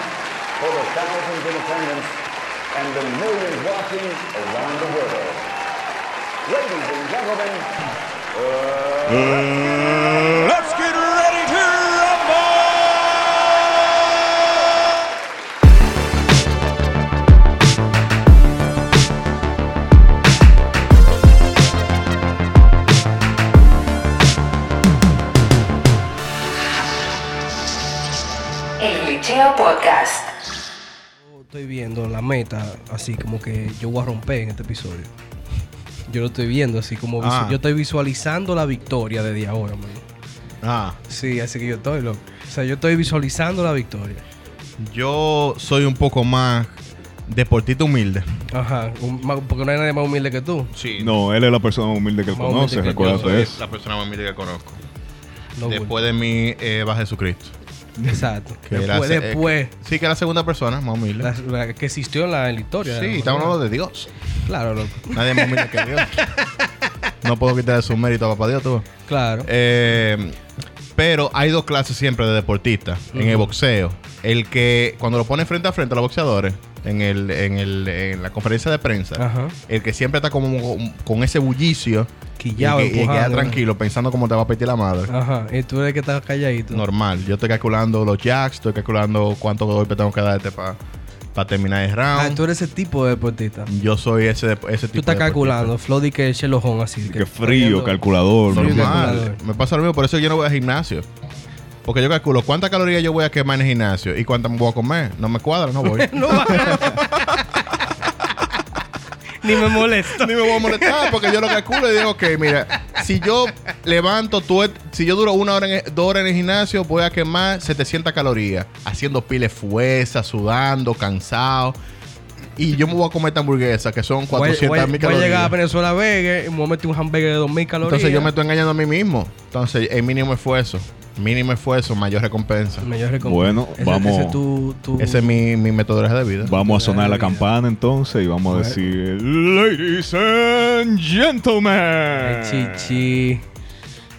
for the thousands in attendance and the millions watching around the world. Ladies and gentlemen, Let's get ready to El Glitcheo Podcast. Estoy viendo la meta, así como que yo voy a romper en este episodio. Yo lo estoy viendo así como visu- Ah. yo estoy visualizando la victoria desde ahora, man. Ah, Sí, así que yo estoy loco. O sea, yo estoy visualizando la victoria. yo soy un poco más deportista humilde. Ajá, un- ma- porque no hay nadie más humilde que tú. Sí. No, él es la persona humilde que él Más conoce, humilde que yo yo recuérdate soy eso. la persona más humilde que conozco. No, Después de mí eh, va Jesucristo. bueno. Exacto. que era después, se- eh, después, que- sí, que es la segunda persona más humilde. la- la que existió en la, en la historia. sí, estamos hablando de Dios. Claro, loco. Nadie más humilde que Dios. No puedo quitarle su mérito a papá Dios, tú. Claro. Eh, pero hay dos clases siempre de deportistas en el boxeo. El que cuando lo pone frente a frente a los boxeadores en, el, en, el, en la conferencia de prensa, Ajá. el que siempre está como con, con ese bullicio Quillado, y que, y que queda empujando. tranquilo pensando cómo te va a pedir la madre. Ajá. Y tú eres el que estás calladito. Normal. Yo estoy calculando los jacks, estoy calculando cuántos golpes tengo que darte para terminar el Ah, round. tú eres ese tipo de deportista. Yo soy ese, dep- Tú ese tipo estás de deportista. calculando, Flo di que es chelojón así. Qué frío, calculando. calculador. Frío, normal. calculador. Normal. Me pasa lo mismo, por eso yo no voy al gimnasio. Porque yo calculo cuántas calorías yo voy a quemar en el gimnasio y cuántas me voy a comer. No me cuadra, no voy. No Ni me molesto. Ni me voy a molestar porque yo lo calculo y digo, ok, mira, si yo levanto, tu- si yo duro una hora, en el- dos horas en el gimnasio, voy a quemar 700 calorías, haciendo piles fuerza, sudando, cansado. Y yo me voy a comer esta hamburguesa, que Voy, son voy- 400 voy a mil calorías. llegar a Venezuela Vega y me voy a meter un hamburger de 2000 calorías. Entonces yo me estoy engañando a mí mismo. Entonces, el mínimo esfuerzo, mínimo esfuerzo, mayor recompensa. Mayor recompensa. Bueno, Ese- vamos- ese es tu- tu- Esa es mi, mi metodología de vida. Vamos a sonar la Claro. campana entonces y vamos a Bueno. decir Ladies and Ay, Gentlemen. Chichi.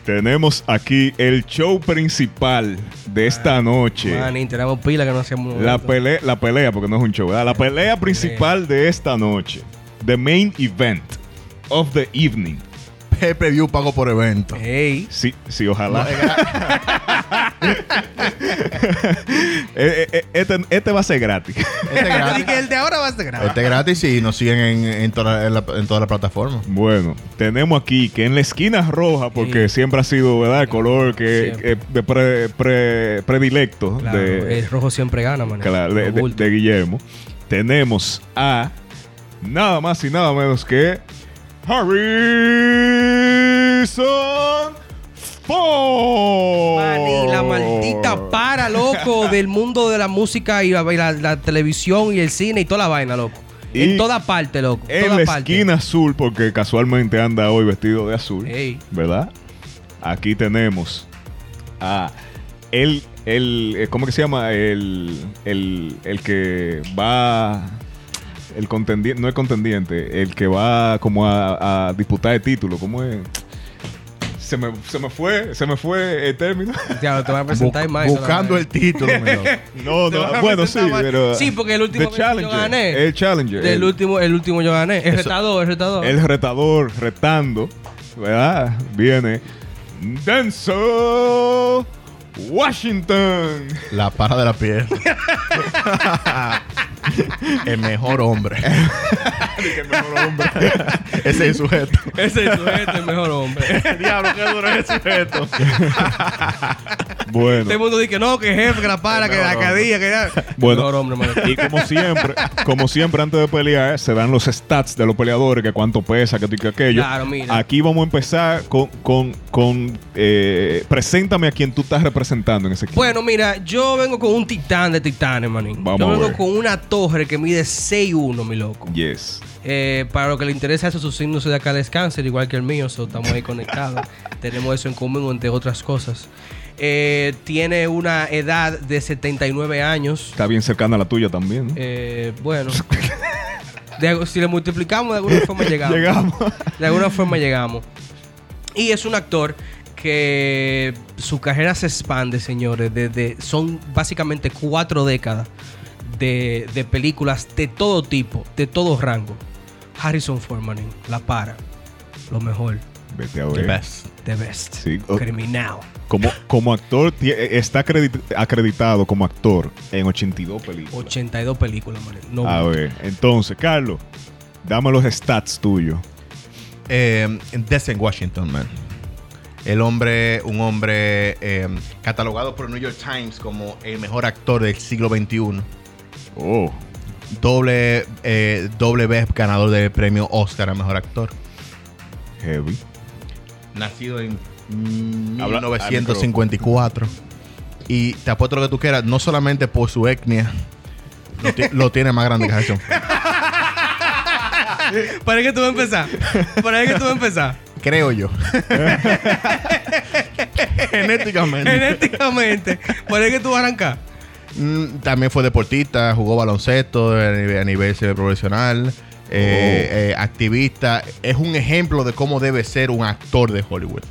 Tenemos aquí el show principal de esta noche. Man, tenemos pila que no hacemos. La pelea, la pelea, porque no es un show, ¿verdad? La pelea principal de esta noche. The main event of the evening. Pay per view pago por evento. Ey. Sí, sí, ojalá. Eh, eh, eh, este, este va a ser gratis. Este es Así que gratis. el de ahora va a ser grave. Este es gratis y nos siguen en, en, toda- en la- en todas las plataformas. Bueno, tenemos aquí que en la esquina roja, porque Sí. siempre ha sido, ¿verdad? El color que, que Siempre. de pre- pre- predilecto Claro, de, el rojo siempre gana, man. claro, de- Lo de- bulto. de Guillermo. Tenemos a nada más y nada menos que Harrison Ford. Mani, Oh. la maldita para, loco, del mundo de la música y la, y la- la televisión y el cine y toda la vaina, loco. Y en toda parte, loco. En toda la parte. esquina azul, porque casualmente anda hoy vestido de azul, Ey. ¿verdad? Aquí tenemos a el, el, eh, ¿cómo que se llama? El, el, el que va, el contendiente, no el contendiente, el que va como a, a disputar el título, ¿cómo es? Se me, se me fue, se me fue el término. Ya, te voy a presentar Bu- más. buscando el título. mi loco. No, Te vas a no, bueno, sí, presentar mal. pero... Sí, porque el último The que yo Challenger, gané. El Challenger. El el- último, el último yo gané. El Eso- retador, el retador. El retador retando, ¿verdad? Viene Denzel Washington. la para de la piel. el mejor hombre. el mejor hombre. Ese es el sujeto. Ese es el sujeto, el mejor hombre. Diablo, qué duro es el sujeto. Todo Este el Bueno, mundo dice que no, que jefe, que la para, El que la mejor cadilla, que ya. Bueno. El mejor hombre, mano. y como siempre, como siempre antes de pelear, se dan los stats de los peleadores, que cuánto pesa, que esto y que aquello. Claro, mira. Aquí vamos a empezar con, con, con eh, preséntame a quien tú estás representando en ese equipo. Bueno, mira, yo vengo con un titán de titanes, manín. Vamos yo a vengo ver. con una torre que mide 6'1, mi loco. Yes. Eh, para lo que le interesa eso, su signo zodiacal es cáncer, igual que el mío, so estamos ahí conectados. Tenemos eso en común, entre otras cosas. Eh, tiene una edad de 79 años. Está bien cercana a la tuya también. ¿no? Eh, bueno, De algo- si le multiplicamos, de alguna forma llegamos. Llegamos. De alguna forma llegamos. Y es un actor que su carrera se expande, señores, desde son básicamente cuatro décadas de, de películas de todo tipo, de todo rango. Harrison Ford, en La Para, lo mejor, Vete a The ver. best. The Best, Sí, o- Criminal. Como, como actor, tie- está acredit- acreditado como actor en 82 películas. 82 películas, man. No, A ver, entonces, Carlos, dame los stats tuyos. Eh, Denzel Washington, man. El hombre, un hombre eh, catalogado por el New York Times como el mejor actor del siglo XXI. Oh, Doble, eh, doble vez ganador del premio Oscar a mejor actor. heavy. Nacido en Habla- 1954. Y te apuesto lo que tú quieras, no solamente por su etnia, lo, ti- lo tiene más grande que Harrison Ford. ¿Para qué tú vas a empezar? ¿Para qué tú vas a empezar? Creo yo. Genéticamente. Genéticamente. ¿Para qué tú vas a arrancar? Mm, También fue deportista, jugó baloncesto a nivel, a nivel profesional, eh, eh, activista. Es un ejemplo de cómo debe ser un actor de Hollywood.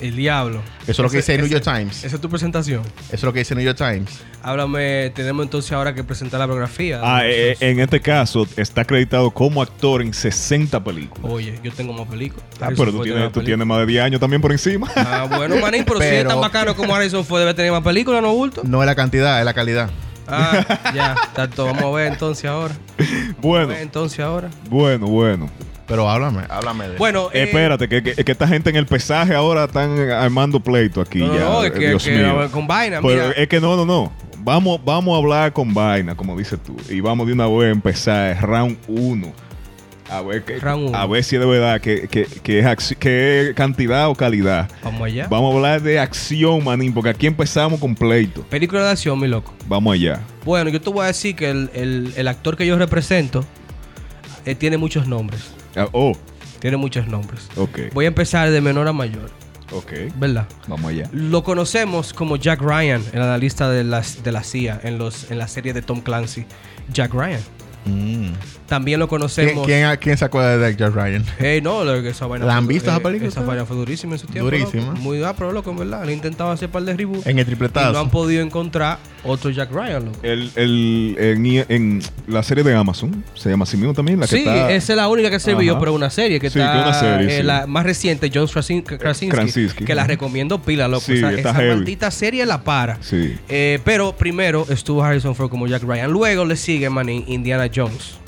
El diablo. Eso es lo que Ese- dice el New ese- York Times. Esa es tu presentación. Eso es lo que dice el New York Times. Háblame, tenemos entonces ahora que presentar la biografía. Ah, eh, eh, en este caso, está acreditado como actor en 60 películas. Oye, yo tengo más películas. Ah, pero tú tienes, tú tienes más de 10 años también por encima. Ah, bueno, manín, pero, si es Pero- tan bacano como Harrison Ford, debe tener más películas, ¿no, Bulto? No es la cantidad, es la calidad. Ah, ya, tanto. Vamos a ver entonces ahora. Vamos a bueno, ver entonces ahora. bueno, bueno. Pero háblame, háblame de Bueno, eh, Espérate, que, que- que esta gente en el pesaje ahora están armando pleito aquí. No, ya, no, es eh, que- Dios que mío. con vaina, Pero eh, mira. es que no, no, no. Vamos, vamos a hablar con vaina, como dices tú. Y vamos de una vez a empezar el round 1. A ver, que, Round uno. a ver si es de verdad que, que, que es acci- que es cantidad o calidad. Vamos allá. Vamos a hablar de acción, manín, porque aquí empezamos con pleito. Película de acción, mi loco. Vamos allá. Bueno, yo te voy a decir que el, el- el actor que yo represento eh, tiene muchos nombres. Ah, Oh, Tiene muchos nombres. ok. Voy a empezar de menor a mayor, Ok. ¿verdad? Vamos allá. Lo conocemos como Jack Ryan, el analista de, las, de la CIA en, los, en la serie de Tom Clancy. Jack Ryan. Mm. También lo ¿Quién, conocemos. quién, quién se acuerda de Jack Ryan? Hey, no, lo que esa vaina ¿La han fue- eh, visto esa película Esa ustedes? vaina fue durísima en su tiempo. Durísima. loco. Muy ah, pero loco, en verdad. Le intentaba hacer par de reboots. En el Y no han tripletazo. podido encontrar otro Jack Ryan, loco. El, el, en, en la serie de Amazon, se llama así mismo también, la que Sí, está... esa es la única que se Ajá. vio, pero una serie que Sí, está que una serie, eh, sí. la más reciente, John Straczyn- Krasinski, Krasinski. que la recomiendo pila, loco. Sí, O sea, está esa heavy. maldita serie la para. Sí. Eh, pero primero estuvo Harrison Ford como Jack Ryan. Luego le sigue, man, Indiana Jones.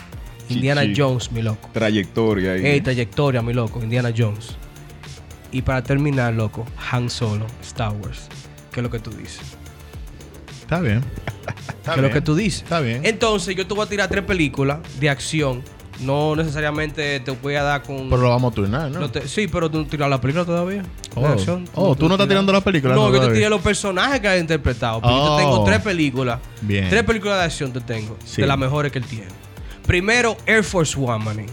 Sí, Indiana sí. Jones, mi loco. Trayectoria. ahí. Ey, trayectoria, mi loco. Indiana Jones. Y para terminar, loco, Han Solo, Star Wars. ¿Qué es lo que tú dices? Está bien. ¿Qué Está es lo bien. que tú dices? Está bien. Entonces, yo te voy a tirar tres películas de acción. No necesariamente te voy a dar con. Pero lo vamos a turnar, ¿no? No te- sí, pero tú no tiras la película todavía. Oh. de acción. Oh, tú no estás tirando las películas, No, no, yo te todavía. tiré los personajes que has interpretado. Pero yo te Oh. tengo tres películas. Bien. Tres películas de acción te tengo. Sí. De las mejores que él tiene. Primero, Air Force One, manín.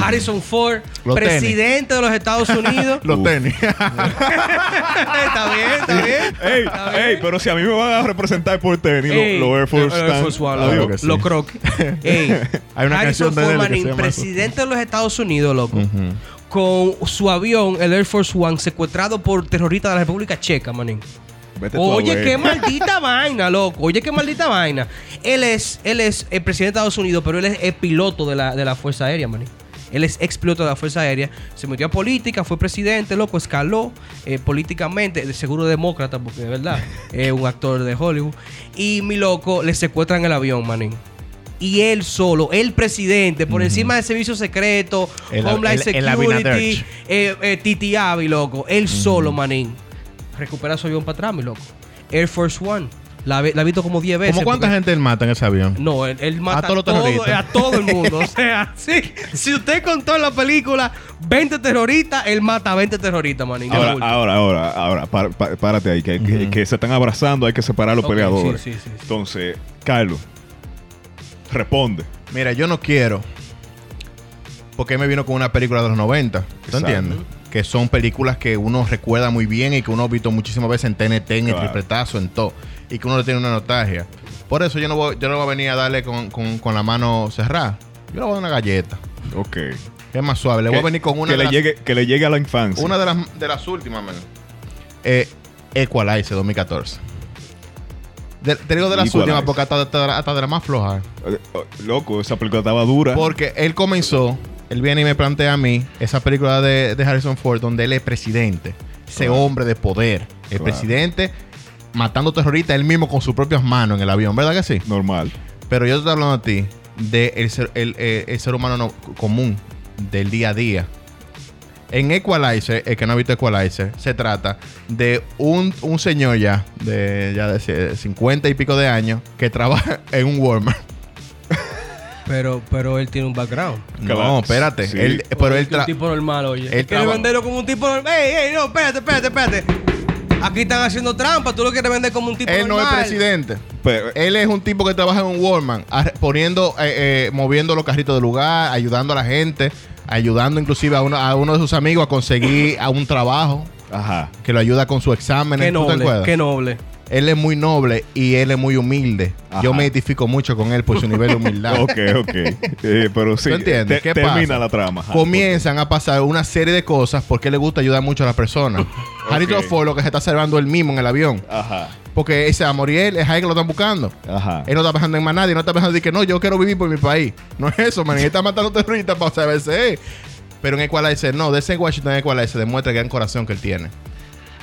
Harrison Ford, Los tenis. presidente de los Estados Unidos. Los Uf. tenis. está bien, está bien. Ey, Está bien. ey, pero si a mí me van a representar por tenis, Ey, los Air Force, Air están- Force One, Adiós. claro lo, que sí. lo croquis. Ey, Hay una Harrison canción de Ford, él que se manín, llama eso. presidente de los Estados Unidos, loco. Con su avión, el Air Force One, secuestrado por terroristas de la República Checa, manín. Vete tú a Oye, ver. qué maldita vaina, loco. Oye, qué maldita vaina. Él es, él es el presidente de Estados Unidos, pero él es el piloto de la, de la Fuerza Aérea, maní. Él es ex piloto de la Fuerza Aérea. Se metió a política, fue presidente, loco, escaló eh, políticamente. De seguro demócrata, porque de verdad es un actor de Hollywood. Y mi loco, le secuestran el avión, manín. Y él solo, el presidente, por encima del servicio secreto, El- Homeland el- el Security, Abinaderch. eh, eh, Titi Avi, loco. Él solo, manín. Recupera su avión para atrás, mi loco. Air Force One. La, ve- la he visto como 10 veces. ¿Cómo cuánta porque- gente él mata en ese avión? No, él, él mata a, todos los todo, terroristas. a todo el mundo. o sea, sí, si usted contó en la película 20 terroristas, él mata a 20 terroristas, manín. Ahora, ah. ahora, ahora, ahora, pa- pa- párate ahí, que, que- que se están abrazando, hay que separar a los Ok, peleadores. sí, sí, sí, sí. Entonces, Carlos, responde. Mira, yo no quiero. Porque él me vino con una película de los 90. ¿Tú Exacto. entiendes? Que son películas que uno recuerda muy bien y que uno ha visto muchísimas veces en TNT, en Claro. el tripletazo, en todo. Y que uno le tiene una nostalgia. Por eso yo no voy, yo no voy a venir a darle con, con- con la mano cerrada. Yo le voy a dar una galleta. Ok. que Es más suave. Le voy a Que- venir con una que de le las- llegue Que le llegue a la infancia. Una de las, de las últimas, man. Eh, Equalizer 2014. de- te digo de las Equalize. últimas porque hasta, hasta- hasta de la más floja. Eh, eh, Loco, esa película estaba dura. Porque él comenzó, él viene y me plantea a mí esa película de, de Harrison Ford donde él es presidente, ese Claro. hombre de poder, el Claro. presidente matando terroristas él mismo con sus propias manos en el avión, ¿verdad que sí? Normal. Pero yo te estoy hablando a ti de el ser, el, eh, el ser humano no- común del día a día. En Equalizer, el que no ha visto Equalizer, se trata de un, un señor ya, de ya de c- 50 y pico de años, que trabaja en un Walmart. Pero, pero él tiene un background. Claro. No, espérate. Sí. Él- Eh, pero él, un tra- tipo normal, oye. él Él quiere traba- venderlo como un tipo normal. Ey, ey, no, espérate, espérate, espérate. Aquí están haciendo trampa. Tú lo quieres vender como un tipo él no normal. es presidente. Pero, Él es un tipo que trabaja en un Walmart, ar- poniendo, eh, eh, moviendo los carritos de lugar, ayudando a la gente, ayudando inclusive a uno, a uno de sus amigos a conseguir a un trabajo. ajá. que lo ayuda con su examen. Qué ¿Tú te noble, acuerdas? qué noble. Él es muy noble y él es muy humilde. Ajá. Yo me identifico mucho con él por su nivel de humildad. Ok, ok. Eh, pero sí. ¿Tú entiendes? te- ¿Qué termina pasa? la trama. ajá. Comienzan a pasar una serie de cosas porque él le gusta ayudar mucho a las personas. Harrison Ford lo que se está salvando él mismo en el avión. Ajá. Porque ese amor y él es ahí que lo están buscando. Ajá. Él no está pensando en más nadie, no está pensando en que no, yo quiero vivir por mi país. No es eso, man. Él está matando terroristas para saberse. eh. Pero en Equalizer, no, de ese Washington Equalizer demuestra el gran corazón que él tiene.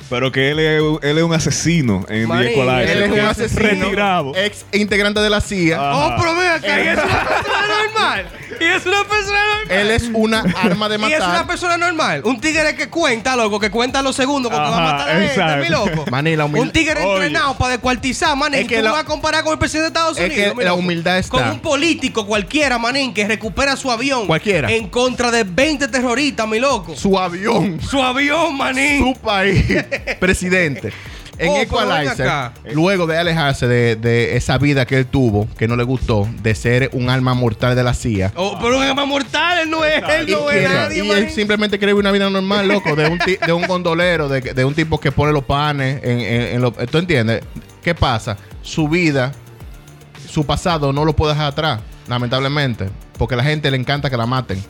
Pero que él es, un- él es un asesino en The Manín, Equalizer. Él es un que asesino, Retirado. ex integrante de la CIA. Ajá. Oh, pero ve acá, y es una persona normal. Y es una persona normal. Él es una arma de Y es una matar. persona normal. Un tigre que cuenta, loco, que cuenta los segundos cuando Ajá, va a matar a la gente, exacto. mi loco. Maní, la humildad- Un tigre Oye. entrenado para descuartizar, manín. Es que tú la- vas a comparar con el presidente de Estados es Unidos. que mi la loco. humildad está. Con un político cualquiera, manín, que recupera su avión. Cualquiera. En contra de 20 terroristas, mi loco. Su, Su avión, avión, manín. su país, presidente. En Oh, pero ven Equalizer, acá. luego de alejarse de, de esa vida que él tuvo, que no le gustó, de ser un alma mortal de la CIA. Oh, pero es más mortal, él no es, él Y, no es quiere- nadie, y él manín. simplemente quiere vivir una vida normal, loco, de un, ti- de un gondolero, de, de un tipo que pone los panes en, en- en los- ¿Tú entiendes? ¿Qué pasa? Su vida, su pasado no lo puede dejar atrás, lamentablemente, porque a la gente le encanta que la maten.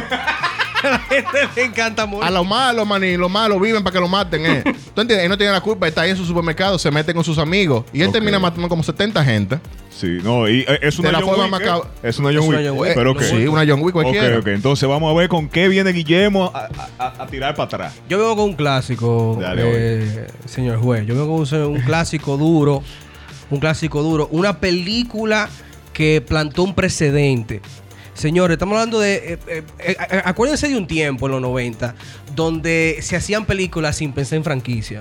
A la gente Este le encanta morir. A lo malo, maní, lo malo, viven para que lo maten, eh. ¿Tú entiendes? Él no tiene la culpa, está ahí en su supermercado, se mete con sus amigos y él Ok. termina matando como 70 gente. Sí, no, y eh, es una De la John forma Wick, más ¿eh? cab- Es una John Es una Wick. John Wick, Pero lo ok. bueno. Eh, Sí, una John Wick cualquiera. Ok, ok. Entonces vamos a ver con qué viene Guillermo a, a- a tirar para atrás. Yo vengo con un clásico, Dale, eh, señor juez. Yo vengo con un, un clásico duro. Un clásico duro. Una película que plantó un precedente. Señores, estamos hablando de... eh, eh, eh, a- a- acuérdense de un tiempo en los 90 donde se hacían películas sin pensar en franquicia.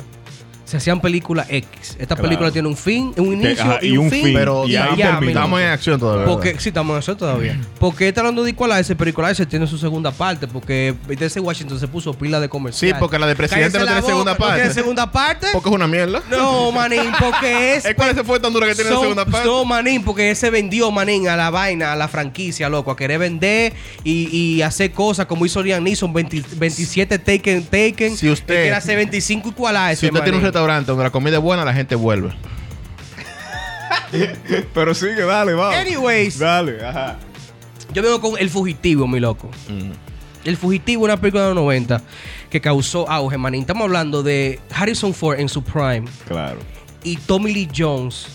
Se hacían películas X. Esta Claro. película tiene un fin, un Te- inicio ajá, y, un fin. Pero y ya, ahí ya, termina. mira. estamos en acción todavía. Porque, sí, estamos en eso todavía. Porque está hablando de Equalizer, pero Equalizer tiene su segunda parte. Porque ese Washington se puso pila de comercial. Sí, porque la de presidente Cállense no la tiene boca, segunda ¿No parte. tiene segunda parte? Porque es una mierda. No, manín, porque es. ¿Eh, ¿Cuál es esa fue tan dura que tiene la son- segunda parte? No, manín, porque ese vendió, manín, a la vaina, a la franquicia, loco, a querer vender y, y hacer cosas como hizo Liam Neeson, 20 27 Taken, Taken. Si usted- y quiere hacer 25 Equalizer. Si usted tiene un manín. restaurante donde la comida es buena, la gente vuelve. Pero sigue, dale, va. Anyways. Dale, ajá. Yo vengo con El Fugitivo, mi loco. El Fugitivo, una película de los 90 que causó auge, manín. Estamos hablando de Harrison Ford en su prime. Claro. y Tommy Lee Jones.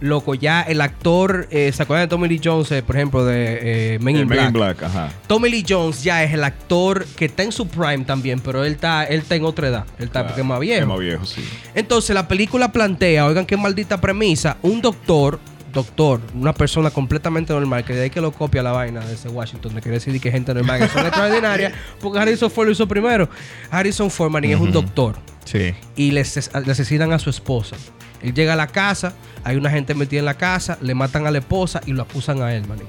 Loco, ya el actor, eh, ¿se acuerdan de Tommy Lee Jones, eh, por ejemplo, de eh, Men, El in, Men Black? in Black, ajá. Tommy Lee Jones ya es el actor que está en su prime también, pero él está, él está en otra edad. Él está Claro. porque Ah, es más viejo. Es más viejo, sí. Entonces la película plantea, oigan qué maldita premisa, un doctor, doctor, una persona completamente normal, que de ahí que lo copia la vaina de ese Washington, de querer decir que gente normal, que son extraordinarias, porque Harrison Ford lo hizo primero. Harrison Ford, manín, es un doctor Sí. y le, ases- le asesinan a su esposa. Él llega a la casa, hay una gente metida en la casa, le matan a la esposa y lo acusan a él, manín.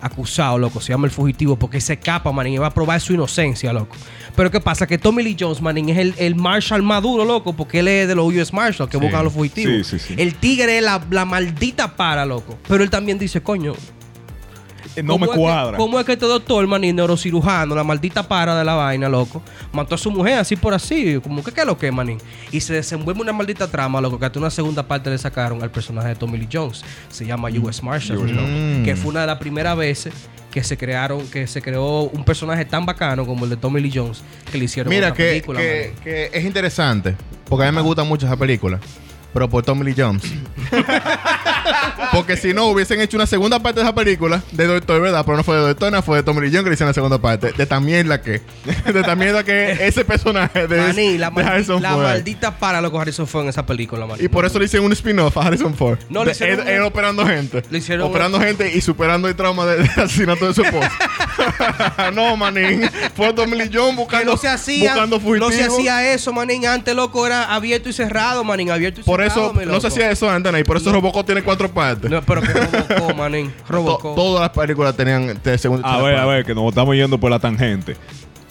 Acusado, loco, se llama el fugitivo porque se escapa, manín, y va a probar su inocencia, loco. Pero ¿qué pasa? Que Tommy Lee Jones, manín, es el, el Marshall maduro, loco, porque él es de los US Marshall que Sí. buscan a los fugitivos. Sí, sí, sí. El tigre es la, la maldita para, loco. Pero él también dice, coño, Eh, No me ¿Cómo es que- cuadra. ¿Cómo es que este doctor, man, y neurocirujano, la maldita para de la vaina, loco, mató a su mujer así por así? Como que qué es lo que, manín. Y se desenvuelve una maldita trama, loco, que hasta una segunda parte le sacaron al personaje de Tommy Lee Jones. Se llama U.S. Marshall, loco, que fue una de las primeras veces que se crearon, que se creó un personaje tan bacano como el de Tommy Lee Jones, que le hicieron Mira, otra que, película, que- manín. que es interesante. Porque a mí me gusta mucho esa película. pero por Tommy Lee Jones. Porque si no, hubiesen hecho una segunda parte de esa película de Doctor, ¿verdad? Pero no fue de Doctor, no fue de Tommy Lee Jones que le hicieron la segunda parte. De también la que. De también la que ese personaje de, Maní, la, de maldi- Harrison la Ford. maldita para lo que Harrison Ford en esa película, maní. Y por eso le hicieron un spin-off a Harrison Ford. No, le De- hicieron él, un- él operando gente. Le hicieron Operando gente y superando el trauma de- del asesinato de su esposa. no, manín. Fue Tommy Lee Jones que buscando, no se hacía, buscando no fugitivos. se hacía eso, manín. Antes, loco, era abierto y cerrado, manín. Abierto y Por cerrado. eso, no se hacía eso, Anthony. Por eso Robocop tiene cuatro partes. No, pero que Robocop, manín. To- Robocop. Todas las películas tenían de segunda y A tercera ver, a parte. ver, que nos estamos yendo por la tangente.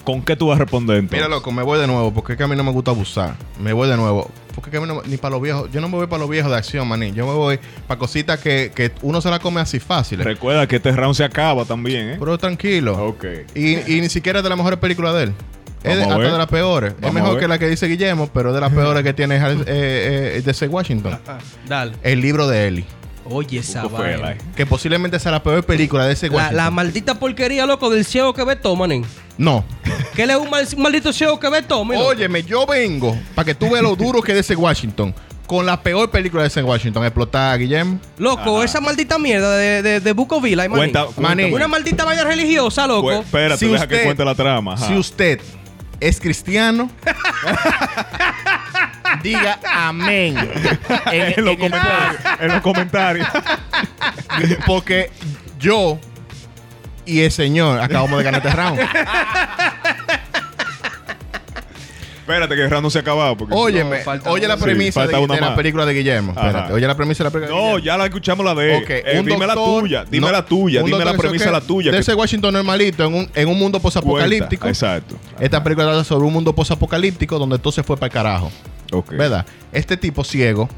¿Con qué tú vas a responder entonces? Mira, loco, me voy de nuevo. Porque es que a mí no me gusta abusar. Me voy de nuevo. Porque es que a mí no, ni para los viejos. Yo no me voy para los viejos de acción, manín. Yo me voy para cositas que, que uno se la come así fácil. Recuerda que este round se acaba también, ¿eh? Pero tranquilo. Ok. Y, y ni siquiera es de las mejores películas de él. Es de- Vamos a hasta ver. de las peores. Vamos es a mejor ver. que la que dice Guillermo, pero es de las peores que tiene Harris- eh, eh, DC Washington. Ah, Dale. El libro de Ellie. Oye, esa Poco fue vaina. like. Que posiblemente sea la peor película de DC La, Washington. la maldita porquería, loco, del ciego que ve todo, manín. No. Que él es un, mal- un maldito ciego que ve todo, mira. Óyeme, yo vengo para que tú veas lo duro que es DC Washington. Con la peor película de DC Washington. Explotada, Guillermo. Loco, esa maldita mierda de, de, de Book of Eli, manín. Cuenta, Manín. Una maldita vaina religiosa, loco. Pues, espérate, Si deja que usted- cuente la trama. ajá. Si usted es cristiano, diga amén. En- en, los en el comentarios. en los comentarios. Porque yo y el señor acabamos de ganar este round. espérate, que el round no se ha acabado. Porque... Óyeme, No, falta oye la una. premisa Sí, de, falta una de la más. película de Guillermo. Ajá. Espérate, oye la premisa de la película de No, Guillermo. ya la escuchamos la de él. Ok, Eh, un dime la doctor- tuya, dime no, la tuya, un dime la doctor que premisa sé la qué, tuya. De que ese Washington normalito, en un, en un mundo cuenta. posapocalíptico. Exacto. Esta película habla sobre un mundo posapocalíptico donde todo se fue para el carajo. Ok. ¿Verdad? Este tipo ciego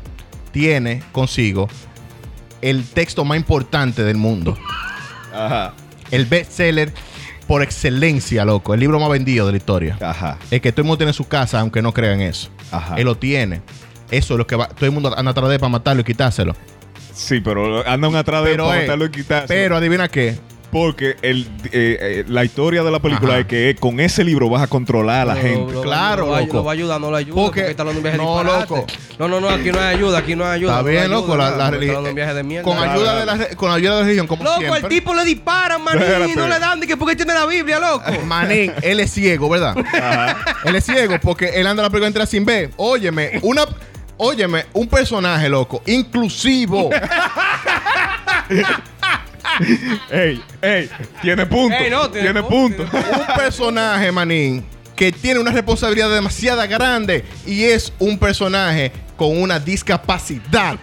tiene consigo el texto más importante del mundo. Ajá. El bestseller por excelencia, loco. El libro más vendido de la historia. Ajá. El que todo el mundo tiene en su casa, aunque no crean eso. Ajá. Él lo tiene. Eso es lo que va. Todo el mundo anda atrás de él para matarlo y quitárselo. Sí, pero andan atrás de él Pero, para eh, matarlo y quitarse. Pero adivina qué. Porque el, eh, eh, la historia de la película Ajá. es que eh, con ese libro vas a controlar a la Lo- gente. lo- claro, lo, va- loco. lo va a ayudar, no lo ayuda. Porque, Porque- está hablando un viaje de no, disparate. loco. No, no, no, aquí no hay ayuda, aquí no hay ayuda. Está no hay bien, ayuda, loco. La, no, la porque está hablando un viaje de religión. mierda. Con, Claro, ayuda de la claro. re- con ayuda de la religión, como Loco, siempre. al tipo le disparan, maní, Espérate. no le dan, de que porque tiene la Biblia, loco. Manín, él es ciego, ¿verdad? Él es ciego porque él anda la película entera sin ver. Óyeme, una. Óyeme, un personaje, loco, inclusivo. Ey, ey, tiene punto. Ey, no, tiene tiene, punto, punto. un personaje, manín, que tiene una responsabilidad demasiado grande y es un personaje con una discapacidad.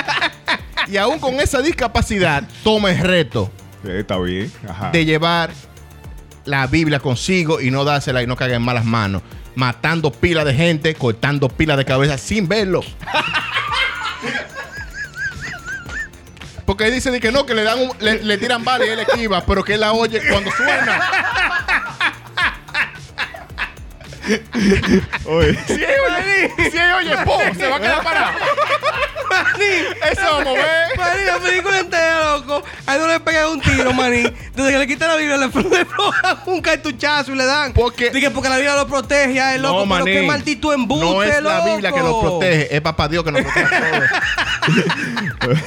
y aún con esa discapacidad, toma el reto Sí, Eh, está bien. Ajá. de llevar la Biblia consigo y no dársela y no cagar en malas manos. Matando pila de gente, cortando pila de cabeza sin verlo. Porque él dice de que no, que le dan un- le, le tiran balas y él esquiva, pero que él la oye cuando suena. Oye, Si él oye, si él oye, po, se va a quedar parado. Eso vamos a ver. Maní, la película entera, loco. Ahí no le pegan un tiro, maní. Desde que le quitan la Biblia, le le aflojan un cartuchazo y le dan. Porque- Dije, porque la Biblia lo protege a él, loco. pero qué manín. maldito embuste, No es la loco. Biblia que lo protege, es papá Dios que nos protege a todos.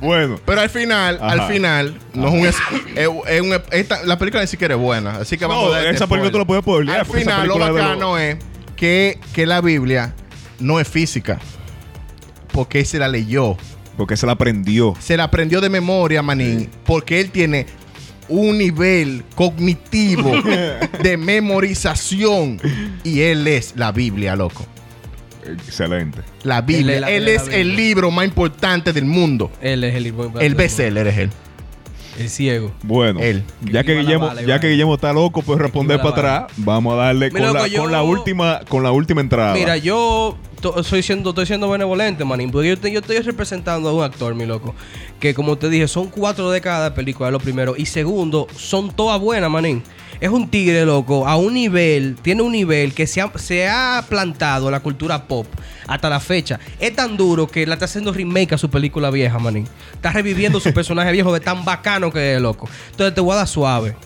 bueno. Pero al final, Ajá. al final, no es un. Es, es un- es un- esta- la película ni siquiera es buena. Así que vamos No, a dar esa película spoiler. tú la puedes spoilear, Al porque esa final, lo película es de lo- bacano es que, que la Biblia no es física. Porque él se la leyó. Porque se la aprendió. Se la aprendió de memoria, manín. Porque él tiene un nivel cognitivo de memorización. Y él es la Biblia, loco. Excelente. La Él Biblia. es la- él él es es la el Biblia. libro más importante del mundo. Él es el El bestseller es él. El ciego. Bueno, Él. ya que Esquiva la Guillermo, bala, ya Iván. que Guillermo está loco, pues responder Esquiva la para atrás. Vamos a darle Mi con, loco, la, yo- con la última, con la última entrada. Mira, yo to- soy siendo, estoy siendo benevolente, manín, porque yo, te- yo estoy representando a un actor, mi loco, que como te dije, son cuatro décadas de película, lo primero, y segundo, son todas buenas, manín. Es un tigre, loco, a un nivel, tiene un nivel que se ha, se ha plantado en la cultura pop hasta la fecha. Es tan duro que la está haciendo remake a su película vieja, manín. Está reviviendo su personaje viejo de tan bacano que es, loco. Entonces te voy a dar suave,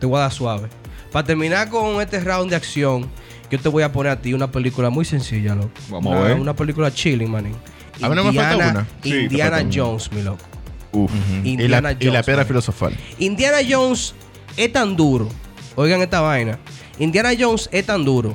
te voy a dar suave. Para terminar con este round de acción, Yo te voy a poner a ti una película muy sencilla, loco. Vamos Una- a ver. Una película chilling, manín. A mí no me falta una. Mm. Sí, te Indiana falta una. Jones, mi loco. Uf. Y la, Indiana y la Jones, piedra manín. filosofal. Indiana Jones es tan duro. Oigan esta vaina. Indiana Jones es tan duro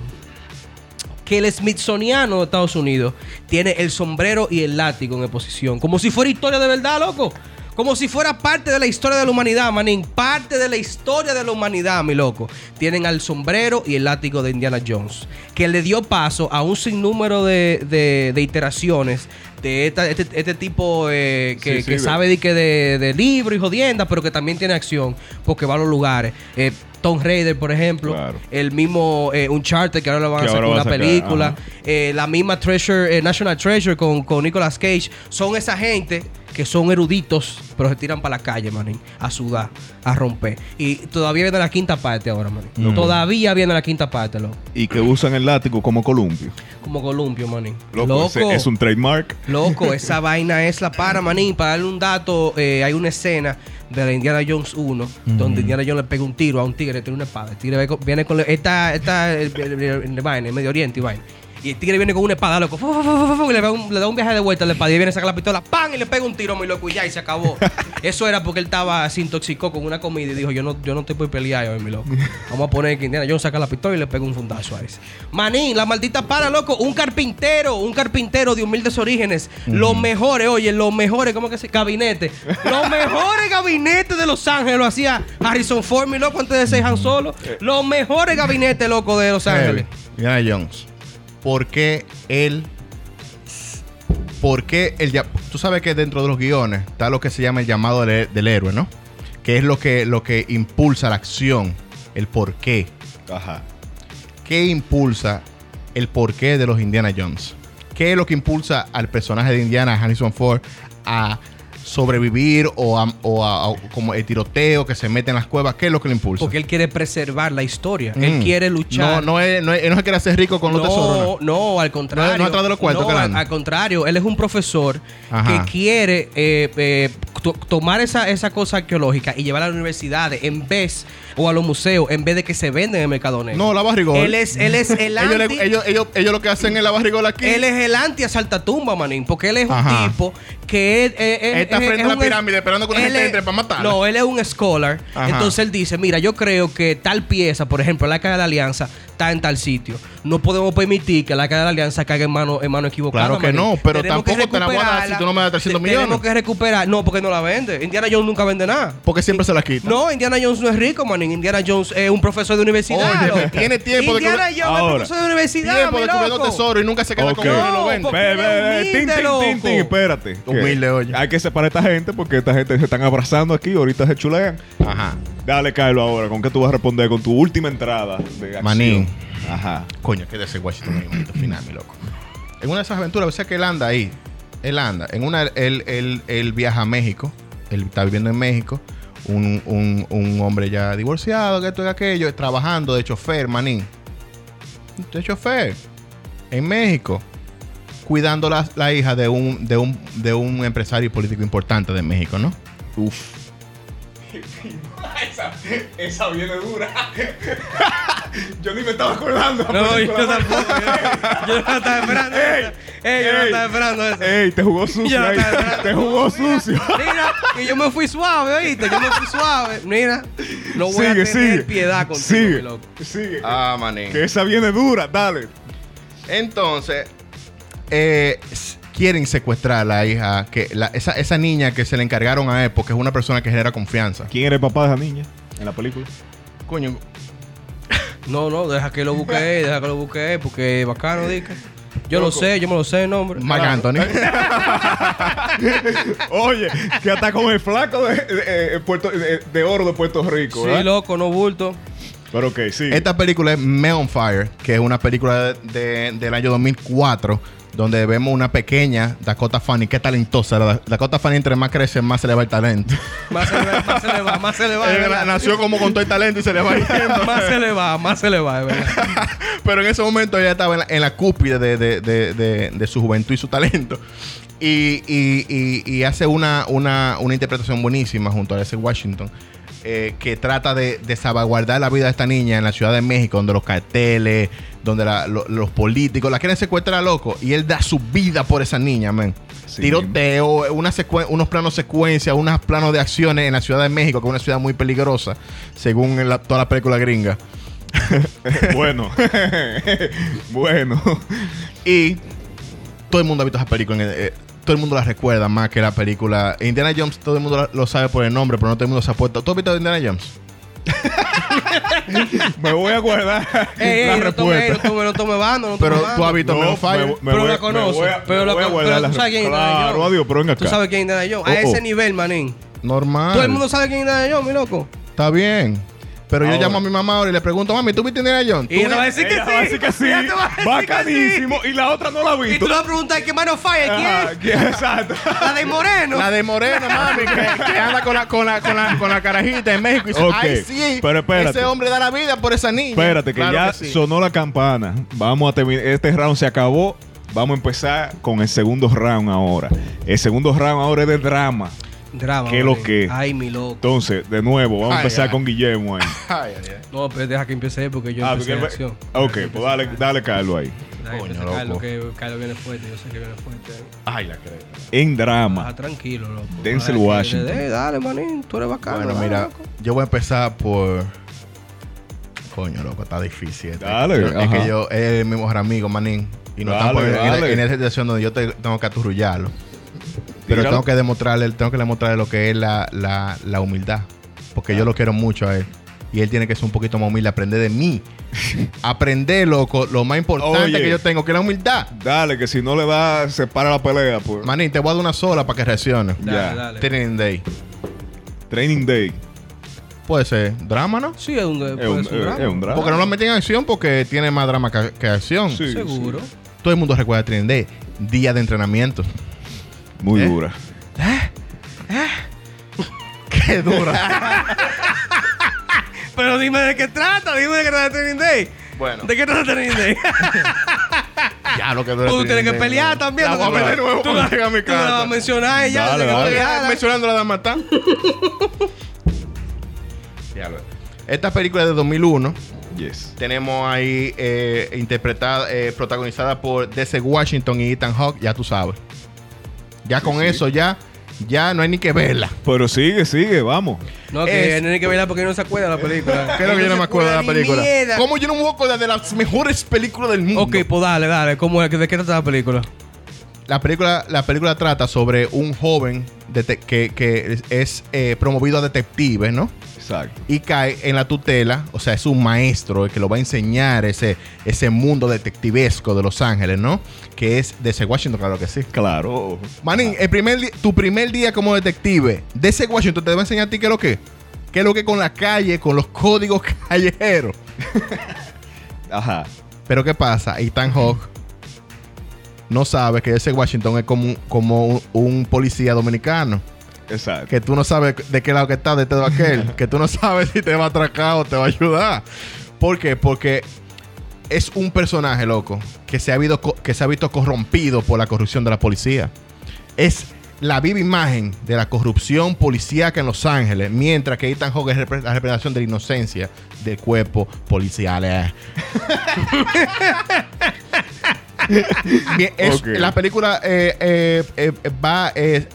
que el Smithsoniano de Estados Unidos tiene el sombrero y el látigo en exposición. Como si fuera historia de verdad, loco. Como si fuera parte de la historia de la humanidad, manín. Parte de la historia de la humanidad, mi loco. Tienen al sombrero y el látigo de Indiana Jones. Que le dio paso a un sinnúmero de, de- de iteraciones de esta- este, este tipo eh, que, Sí, sí, que ve. sabe de, que de, de libro y jodienda, pero que también tiene acción. Porque va a los lugares. Eh, Tom Raider, por ejemplo. Claro. El mismo eh, Uncharted, que ahora lo van Que a sacar ahora va una a sacar, película. ajá. Eh, la misma Treasure, eh, National Treasure con, con Nicolas Cage, son esa gente que son eruditos, pero se tiran para la calle, manín, a sudar, a romper. Y todavía viene la quinta parte ahora, manín. Todavía viene la quinta parte, loco. Y que usan el látigo como columpio. Como columpio, manín. Loco, ese es un trademark. Loco, esa vaina es la para, manín. Para darle un dato, eh, hay una escena de la Indiana Jones 1 donde Indiana Jones le pega un tiro a un tigre, tiene una espada. El tigre ve con- viene con. la- Esta, esta, el- el- el- el- vaina, el Medio Oriente y vaina. Y el tigre viene con una espada, loco. fu, fu, fu, fu, fu, y le, da un, le da un viaje de vuelta a la espada y viene a sacar la pistola, ¡pam! Y le pega un tiro, muy loco, y ya, y se acabó. Eso era porque él estaba, se intoxicó con una comida y dijo: Yo no, yo no te voy a pelear hoy, mi loco. Vamos a poner que Indiana Jones saca la pistola y le pega un fundazo a ese. Manín, la maldita para, loco. Un carpintero, un carpintero de humildes orígenes. Los mejores, oye, los mejores, ¿cómo que se? Gabinete. Los mejores gabinetes de Los Ángeles lo hacía Harrison Ford, mi loco, antes de ser Han Solo. Eh. Los mejores gabinetes, loco, de Los Ángeles. Indiana Jones. ¿Por qué él? ¿Por qué el ya- Tú sabes que dentro de los guiones está lo que se llama el llamado del, del héroe, ¿no? Que es lo que, lo que impulsa la acción, el porqué. Ajá. ¿Qué impulsa el porqué de los Indiana Jones? ¿Qué es lo que impulsa al personaje de Indiana, Harrison Ford, a sobrevivir o a, o a- o como el tiroteo que se mete en las cuevas? ¿Qué es lo que le impulsa? Porque él quiere preservar la historia. Mm. Él quiere luchar. No, no, es- no, es- él no se quiere hacer rico con los tesoros. ¿no? No, no, al contrario. No, no atrás de los cuartos, No, que le al, dan. al contrario, él es un profesor Ajá. que quiere eh, eh, to- tomar esa, esa cosa arqueológica y llevarla a las universidades en vez, o a los museos, en vez de que se venden en el Mercado Negro. No, la barrigol. Él es, él es el ellos, le- anti- ellos, ellos, ellos lo que hacen es la barrigola aquí. Él es el anti asaltatumba, manín, porque él es Ajá. un tipo que es, es- es- Está es- frente es a la un es- pirámide esperando que una él gente es- entre para matarla. No, él es un scholar. Ajá. Entonces él dice, mira, yo creo que tal pieza, por ejemplo, la caja de la alianza, está en tal sitio. No podemos permitir que la caja de la alianza caiga en mano, en mano equivocada. Claro que manín. no, pero Tenemos que tampoco te la voy a dar recuperarla. si tú no me das 300 Te- Tenemos millones. que recuperar. No, porque no la vende. Indiana Jones nunca vende nada. Porque siempre se la quita. No, Indiana Jones no es rico, manín. Indiana Jones es un profesor de universidad. Oye, loco. tiene tiempo de que- Indiana Jones es Ahora. profesor de universidad. Tiempo de mi cubrir los loco. tesoros y nunca se queda Ok. con él y lo No, vende. porque Ve, ve, ve, humilde, tin, tin, tin, tin, loco. espérate. Que Humilde, oye. Hay que separar a esta gente porque esta gente se están abrazando aquí, ahorita se chulean. Ajá. Dale, Carlos, ahora, ¿con qué tú vas a responder con tu última entrada de acción? Manín. Ajá. Coño, que de ese Washington ahí, maldito final, mi loco. En una de esas aventuras, o sea que él anda ahí. Él anda. En una, él, él, él viaja a México. Él está viviendo en México. Un, un, un hombre ya divorciado, que esto y aquello, trabajando de chofer, manín. De chofer. En México. Cuidando la, la hija de un, de, un, de un empresario y político importante de México, ¿no? Uf. esa, esa viene dura. yo ni me estaba acordando. No, yo tampoco. Yo, yo no la estaba esperando. Ey, Ey, yo no ey. estaba esperando eso. Ey, te jugó Yo sucio. no ahí. estaba esperando. Te jugó Mira, sucio. Mira, que yo me fui suave, oíste. Yo me fui suave. Mira, no voy a tener piedad contigo, sigue, mi loco. Sigue. Ah, manín. Que esa viene dura, dale. Entonces, eh, s- quieren secuestrar a la hija, que la- esa, esa niña que se le encargaron a él, porque es una persona que genera confianza. ¿Quién era el papá de esa niña en la película? Coño, No, no, deja que lo busque, deja que lo busque, porque es bacano, dica. Yo lo sé, yo me lo sé el nombre. Marc Anthony. Oye, que hasta con el flaco de, de- eh, Puerto- de- de oro de Puerto Rico. Sí, ¿verdad? loco, no bulto. Pero ok, sí. Esta película es Men on Fire, que es una película de- del año 2004, donde vemos una pequeña Dakota Fanning. Qué talentosa. La Dakota Fanning, entre más crece, más se le va el talento. Más se le va, más se le va, más se le va. es Ella na- verdad. nació como con todo el talento y se le va yendo. Más se le va, más se le va, es verdad. Pero en ese momento ella estaba en la, en la cúspide de, de- de- de- de su juventud y su talento. Y, y- y- y hace una, una, una interpretación buenísima junto a ese Washington. eh, que trata de, de salvaguardar la vida de esta niña en la Ciudad de México, donde los carteles, donde la- lo- los políticos la quieren secuestrar, loco. Y él da su vida por esa niña, man. Sí. Tiroteo, una secue- unos planos secuencia, unos planos de acciones en la Ciudad de México, que es una ciudad muy peligrosa, según la- toda la película gringa. Bueno. bueno. Y todo el mundo ha visto esa película. en el- eh, todo el mundo la recuerda más que la película. Indiana Jones, todo el mundo la- lo sabe por el nombre, pero no todo el mundo se ha puesto. ¿Tú has visto Indiana Jones? Me voy a guardar Ey, ey, la no tome, no respuesta. tome, no tome bando, no tome Pero bando. tú has visto No, Men on me- Fire. me pero voy- la conoce. me voy a- pero me la voy a con- guardar pero la tú sabes quién es Indiana Claro, Jones. adiós, pero ven Tú acá. sabes quién es Indiana Jones. A Oh, oh. ese nivel, manín. Normal. Ah. Todo el mundo sabe quién es Indiana Jones, mi loco. Está bien. Pero yo Ahora. llamo a mi mamá ahora y le pregunto, mami, ¿tú viste Indiana Jones? ¿Tú Y no va a viste- decir que Ella va a decir sí. que sí. Ella te va a decir que Bacanísimo. Y la otra no la ha sí. Y tú visto. le vas a preguntar qué mano falla, Ajá, ¿quién? ¿quién? Exacto. La de Moreno. La de Moreno, mami, que, que anda con la, con, la, con, la, con la carajita en México. Y dice, Ok, ay, sí, pero espérate. ese hombre da la vida por esa niña. Espérate, que Claro ya sí. sonó la campana. Vamos a terminar. Este round se acabó. Vamos a empezar con el segundo round ahora. El segundo round ahora es de drama. Drama. ¿Qué lo manín. que? Ay, mi loco. Entonces, de nuevo, vamos a Ay, empezar ay. con Guillermo ahí. Ay, ay, ay. No, pero deja que empiece porque yo Ah, porque empecé él en va- acción. ok, pues dale, dale Carlos ahí. Deja que Coño, empiece loco. Carlos, que Carlos viene fuerte. Yo sé que viene fuerte. Ay, la creo. En drama. Ah, Baja tranquilo, loco. Denzel Dale, Washington. Dale, dale, manín. Tú eres bacano. Bueno, dale, mira, loco. yo voy a empezar por. Coño, loco, está difícil. este. Dale, Yo- es ajá. que yo es el mismo amigo, manín. Y no Dale, estamos en- en, dale. en esa situación donde yo te- tengo que aturrullarlo. Pero Tíralo. tengo que demostrarle, tengo que demostrarle lo que es la, la- la humildad. Porque yo lo quiero mucho a él. Y él tiene que ser un poquito más humilde, aprender de mí. aprender, loco, lo más importante Oye. que yo tengo, que es la humildad. Dale, que si no le da, se para la pelea. Pues. Manín, te voy a dar una sola para que reacciones. ya. Dale, dale. Training Day. Training Day. Puede ser drama, ¿no? Sí, es un, Es un, es un eh, drama. es un drama. Porque no lo meten en acción porque tiene más drama que, que acción. Sí, Seguro. sí. Todo el mundo recuerda Training Day, día de entrenamiento. Muy ¿Eh? dura. Qué dura. Pero dime de qué trata, dime de qué trata Training Day. Bueno. ¿De qué trata Training Day? ya lo que dura. Tú tienes que pelear también. La tú voy a te- pelear de nuevo tú cuando la- llegue a mi tú la casa. vas a mencionar ella. Dale, de que dale. peleara. Mencionando la de matar. Esta película es de 2001. Yes. Tenemos ahí eh, interpretada, eh, protagonizada por DC Washington y Ethan Hawke. Ya tú sabes. Ya con sí. eso, ya, ya no hay ni que verla. Pero sigue, sigue, vamos. No, que Es- tiene que verla porque no se acuerda de la película. Creo que yo no me acuerdo de la Ni película. mierda. ¿Cómo yo no me voy a acordar de las mejores películas del mundo? Ok, pues dale, dale. ¿Cómo es? ¿De qué trata la película? La película, la película trata sobre un joven dete- que, que es- es eh, promovido a detective, ¿no? Exacto. Y cae en la tutela, o sea, es un maestro el que lo va a enseñar ese, ese mundo detectivesco de Los Ángeles, ¿no? Que es de ese Washington, claro que sí. Claro. Manín, el primer di- tu primer día como detective de ese Washington te va a enseñar a ti qué es lo que. ¿Qué es lo que con la calle, con los códigos callejeros? eh. Ajá. Pero ¿qué pasa? Ethan Hawke no sabe que ese Washington es como, un- como un- un policía dominicano. Exacto. que tú no sabes de qué lado que está, de este lado aquel, que tú no sabes si te va a atracar o te va a ayudar. ¿Por qué? Porque es un personaje, loco, que se ha, habido co- que se ha visto corrompido por la corrupción de la policía. Es la viva imagen de la corrupción policíaca en Los Ángeles, mientras que Ethan Hawke es repre- la representación de la inocencia del cuerpo policial. eh. Bien, es- Ok. La película eh, eh, eh, va eh,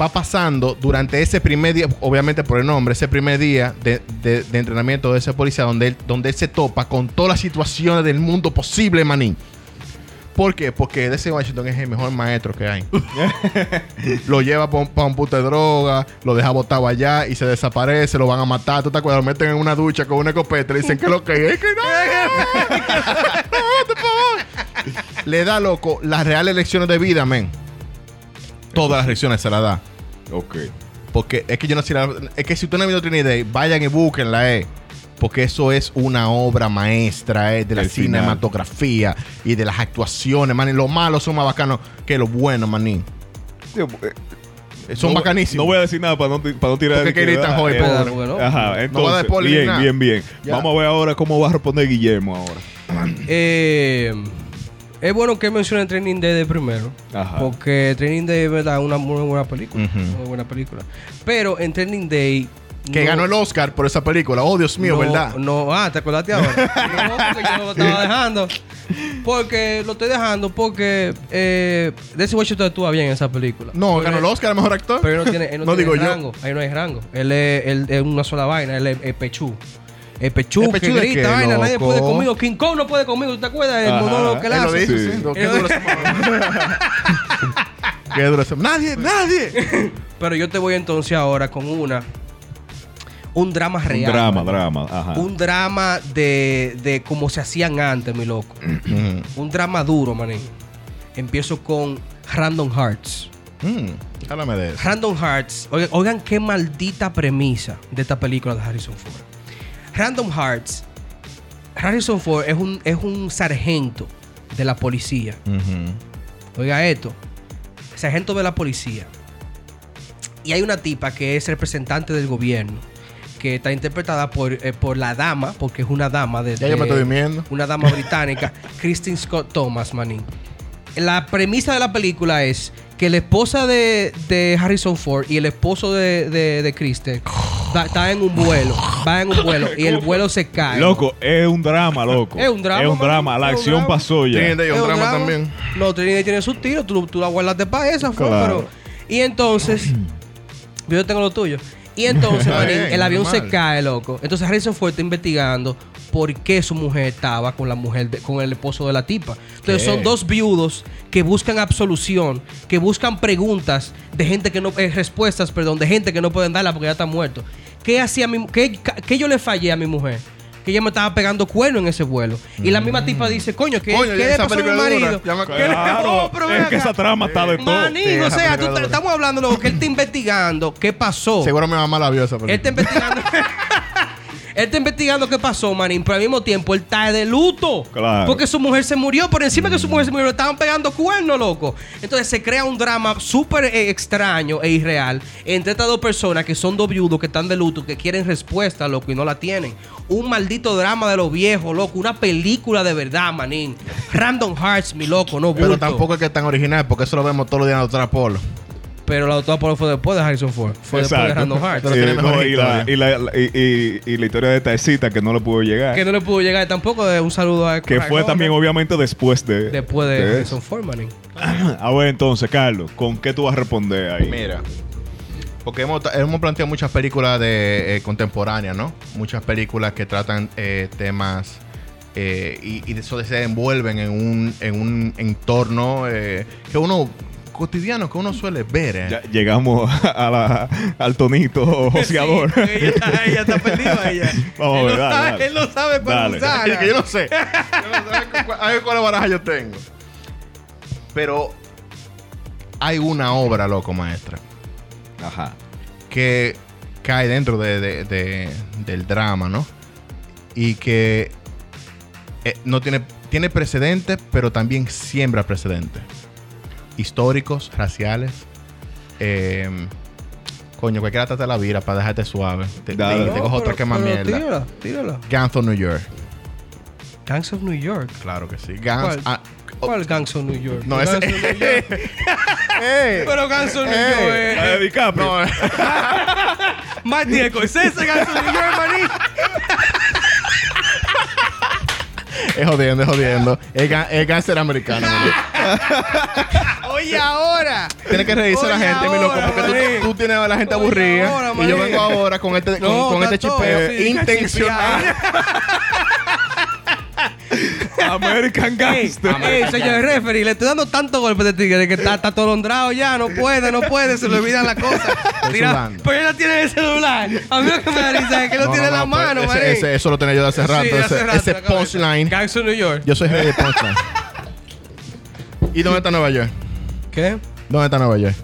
va pasando durante ese primer día, obviamente por el nombre, ese primer día de, de- de entrenamiento de ese policía, donde él, donde él se topa con todas las situaciones del mundo posible, manín. ¿Por qué? Porque DC Washington es el mejor maestro que hay. lo lleva para un, pa' un puto de droga, lo deja botado allá y se desaparece, lo van a matar. ¿Tú te acuerdas? Lo meten en una ducha con una escopeta y le dicen que lo que es, que no. No, por favor. Le da, loco, las reales lecciones de vida, men. Todas las lecciones se las da. Ok. Porque es que yo no sé. la- Es que si usted no ha visto Trinidad, vayan y búsquenla, eh. Porque eso es una obra maestra, eh, de la El final. cinematografía y de las actuaciones, manín. Los malos son más bacanos que los buenos, manín. Tío, eh, Eh, Son no- bacanísimos. No voy a decir nada para no, ti- para no tirar Porque de que, Kelly está ah, joven, eh, pobre. Pero, bueno, Ajá, No va a dar entonces, spoiler ni bien, nada. bien, bien. Ya. Vamos a ver ahora cómo va a responder Guillermo ahora. Eh, es bueno que mencionen Training Day de primero. Ajá. Porque Training Day es verdad una muy buena película. Ujú. Muy buena película. Pero en Training Day que No. ganó el Oscar por esa película. Oh, Dios mío, no, ¿verdad? No, ah, te acordaste ahora. No, porque yo lo estaba dejando. Porque lo estoy dejando porque eh, Desi Washington actúa bien en esa película. No, Pero ganó el él- Oscar al mejor actor. Pero él no tiene, él no No tiene digo yo. rango. Ahí no hay rango. Él es, él es una sola vaina. Él es, es pechú. Es pechú, ¿El que pechú de grita, qué, vaina, nadie loco? puede conmigo. King Kong no puede conmigo, ¿tú te acuerdas? El Ajá. monólogo que él Él lo hace. dice, Sí. sí. No, Qué duro ese monólogo. Qué duro ese- Nadie, nadie. Pero yo te voy entonces ahora con una. Un drama real. Un drama, drama. Ajá. Un drama de, de como se hacían antes, mi loco. Un drama duro, maní. Empiezo con Random Hearts. Mm, Háblame de eso. Random Hearts. Oigan, oigan qué maldita premisa de esta película de Harrison Ford. Random Hearts. Harrison Ford es un, es un sargento de la policía. Oiga esto. Sargento de la policía. Y hay una tipa que es representante del gobierno. Que está interpretada por, eh, por la dama, porque es una dama de. Ya yo me estoy durmiendo. Una dama británica, Christine Scott Thomas, manín. La premisa de la película es que la esposa de, de Harrison Ford y el esposo de, de, de Kristen va- están en un vuelo. Van en un vuelo y el vuelo se cae. Loco, es un drama, loco. Es un drama, Es un mano. drama. La Es un acción drama. pasó ya. Tiene de- Es un drama también. No, Trinidad tiene sus tiros, tú, tú la guardaste para esa, fue, Claro. pero. Y entonces. yo tengo lo tuyo. Y entonces, Está manín, bien, el avión se normal. cae, loco. Entonces Harrison Ford está investigando por qué su mujer estaba con la mujer, de- con el esposo de la tipa. Entonces ¿Qué? son dos viudos que buscan absolución, que buscan preguntas de gente que no, eh, respuestas, perdón, de gente que no pueden darla porque ya está muerto. ¿Qué hacía mi, qué, ca- qué yo le fallé a mi mujer? Que ella me estaba pegando cuerno en ese vuelo. Y Mm. la misma tipa dice, coño, ¿qué, Coño, ¿qué ya le esa pasó a mi película es dura. marido? Ya me ¿Qué acuerdo. le- Claro, No, pero ven es que acá. esa trama está de todo. Manín, Sí, o esa sea, tú- película es dura. estamos hablando lo que él está investigando, qué pasó. Este Seguro mi mamá la vio esa Él está película. investigando. él está investigando qué pasó, manín, pero al mismo tiempo él está de luto. Claro. Porque su mujer se murió, por encima que su mujer se murió, le estaban pegando cuernos, loco. Entonces se crea un drama súper eh, extraño e irreal entre estas dos personas que son dos viudos que están de luto, que quieren respuesta, loco, y no la tienen. Un maldito drama de los viejos, loco. Una película de verdad, manín. Random Hearts, mi loco, no bulto. Pero tampoco es que es tan original, porque eso lo vemos todos los días en otra polo. Pero la doctora Polo fue después de Harrison Ford. Fue después de Exacto. Random Hearts. Pero tiene Sí, mejor no, y, la, historia. y la- la- y- y- y la historia de Taecita que no le pudo llegar. Que Que, no le pudo llegar tampoco de un saludo a fue también, obviamente, después de. después de de Harrison eso. Ford, manín. A ver, entonces, Carlos, ¿con qué tú vas a responder ahí? Mira. Porque hemos, hemos planteado muchas películas de eh, contemporáneas, ¿no? Muchas películas que tratan eh, temas eh, y, y de eso se envuelven en un, en un entorno eh, que uno cotidiano, que uno suele ver. eh. Ya llegamos a la- al tonito joseador. Sí, ella, está- ella está perdida ella. Vamos a él, ver, no dale, sabe, dale. él no sabe cuál Dale. usar. Es Ah, que yo no sé. Yo no sé cu- cu- a ver cuál baraja yo tengo. Pero hay una obra, loco, maestra, Ajá. que cae dentro de- de- de- del drama, ¿no? Y que eh, no tiene, tiene precedentes, pero también siembra precedentes. Históricos, raciales. eh, coño, cualquiera trata la vira para dejarte suave. Te, te- Dale. te cojo otra que más pero mierda. Tírala, tírala. Gangs of New York. Gangs of New York. Claro que sí. Gangs. ¿Cuál? ah, oh, ¿Cuál Gangs of New York? No, Gangs ese- of New York. Pero Gangs of New York La de eh, DiCaprio. No, Martin Scorsese, Gangs of New York, manín. es jodiendo, es jodiendo. Es, ga- es gánster americano. mi loco. Oye, ahora. Tienes que reírse la Oye, gente, mi loco, ahora, porque manín. tú, tú tienes a la gente Oye, aburrida. ahora, y yo manín. vengo ahora con este, con, No, con este está todo chipeo así, intencional. American Ey, Ah, Gangster. ey, señor Este, eh, referee, le estoy dando tanto golpe de tigre que está, está atolondrado ya, no puede, no puede, se le olvidan las cosas. Mira, sudando. pero él no tiene el celular. A mí lo que me da risa es que lo No, tiene no, en la no, pues, mano, ese- manín. ese- Eso lo tenía yo de hace Sí, rato. hace ese rato ese la cabeza. punchline. Gangs of New York. Yo soy rey de punchline. ¿Y dónde está Nueva York? ¿Qué? ¿Dónde está Nueva York?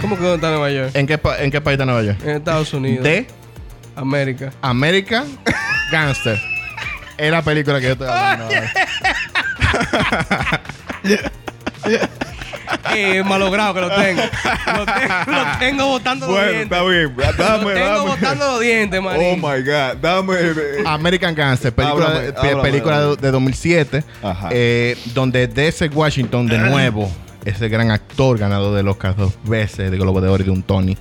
¿Cómo que dónde está Nueva York? ¿En qué, pa- en qué país está Nueva York? En Estados Unidos. De América. American Gangster. Es la película que yo estoy hablando. ahora. Eh, malogrado que lo tengo. Lo tengo, lo tengo botando los Bueno, dientes. está bien. lo Dame, tengo dame. botando los dientes, manín. Oh my God. Dame. eh, American Gangster, película, Háblame, eh, pe- háblame, película háblame. de 2007, Ajá. eh, donde DC Washington de nuevo es el gran actor ganador de los dos veces de Globo de Oro y de un Tony.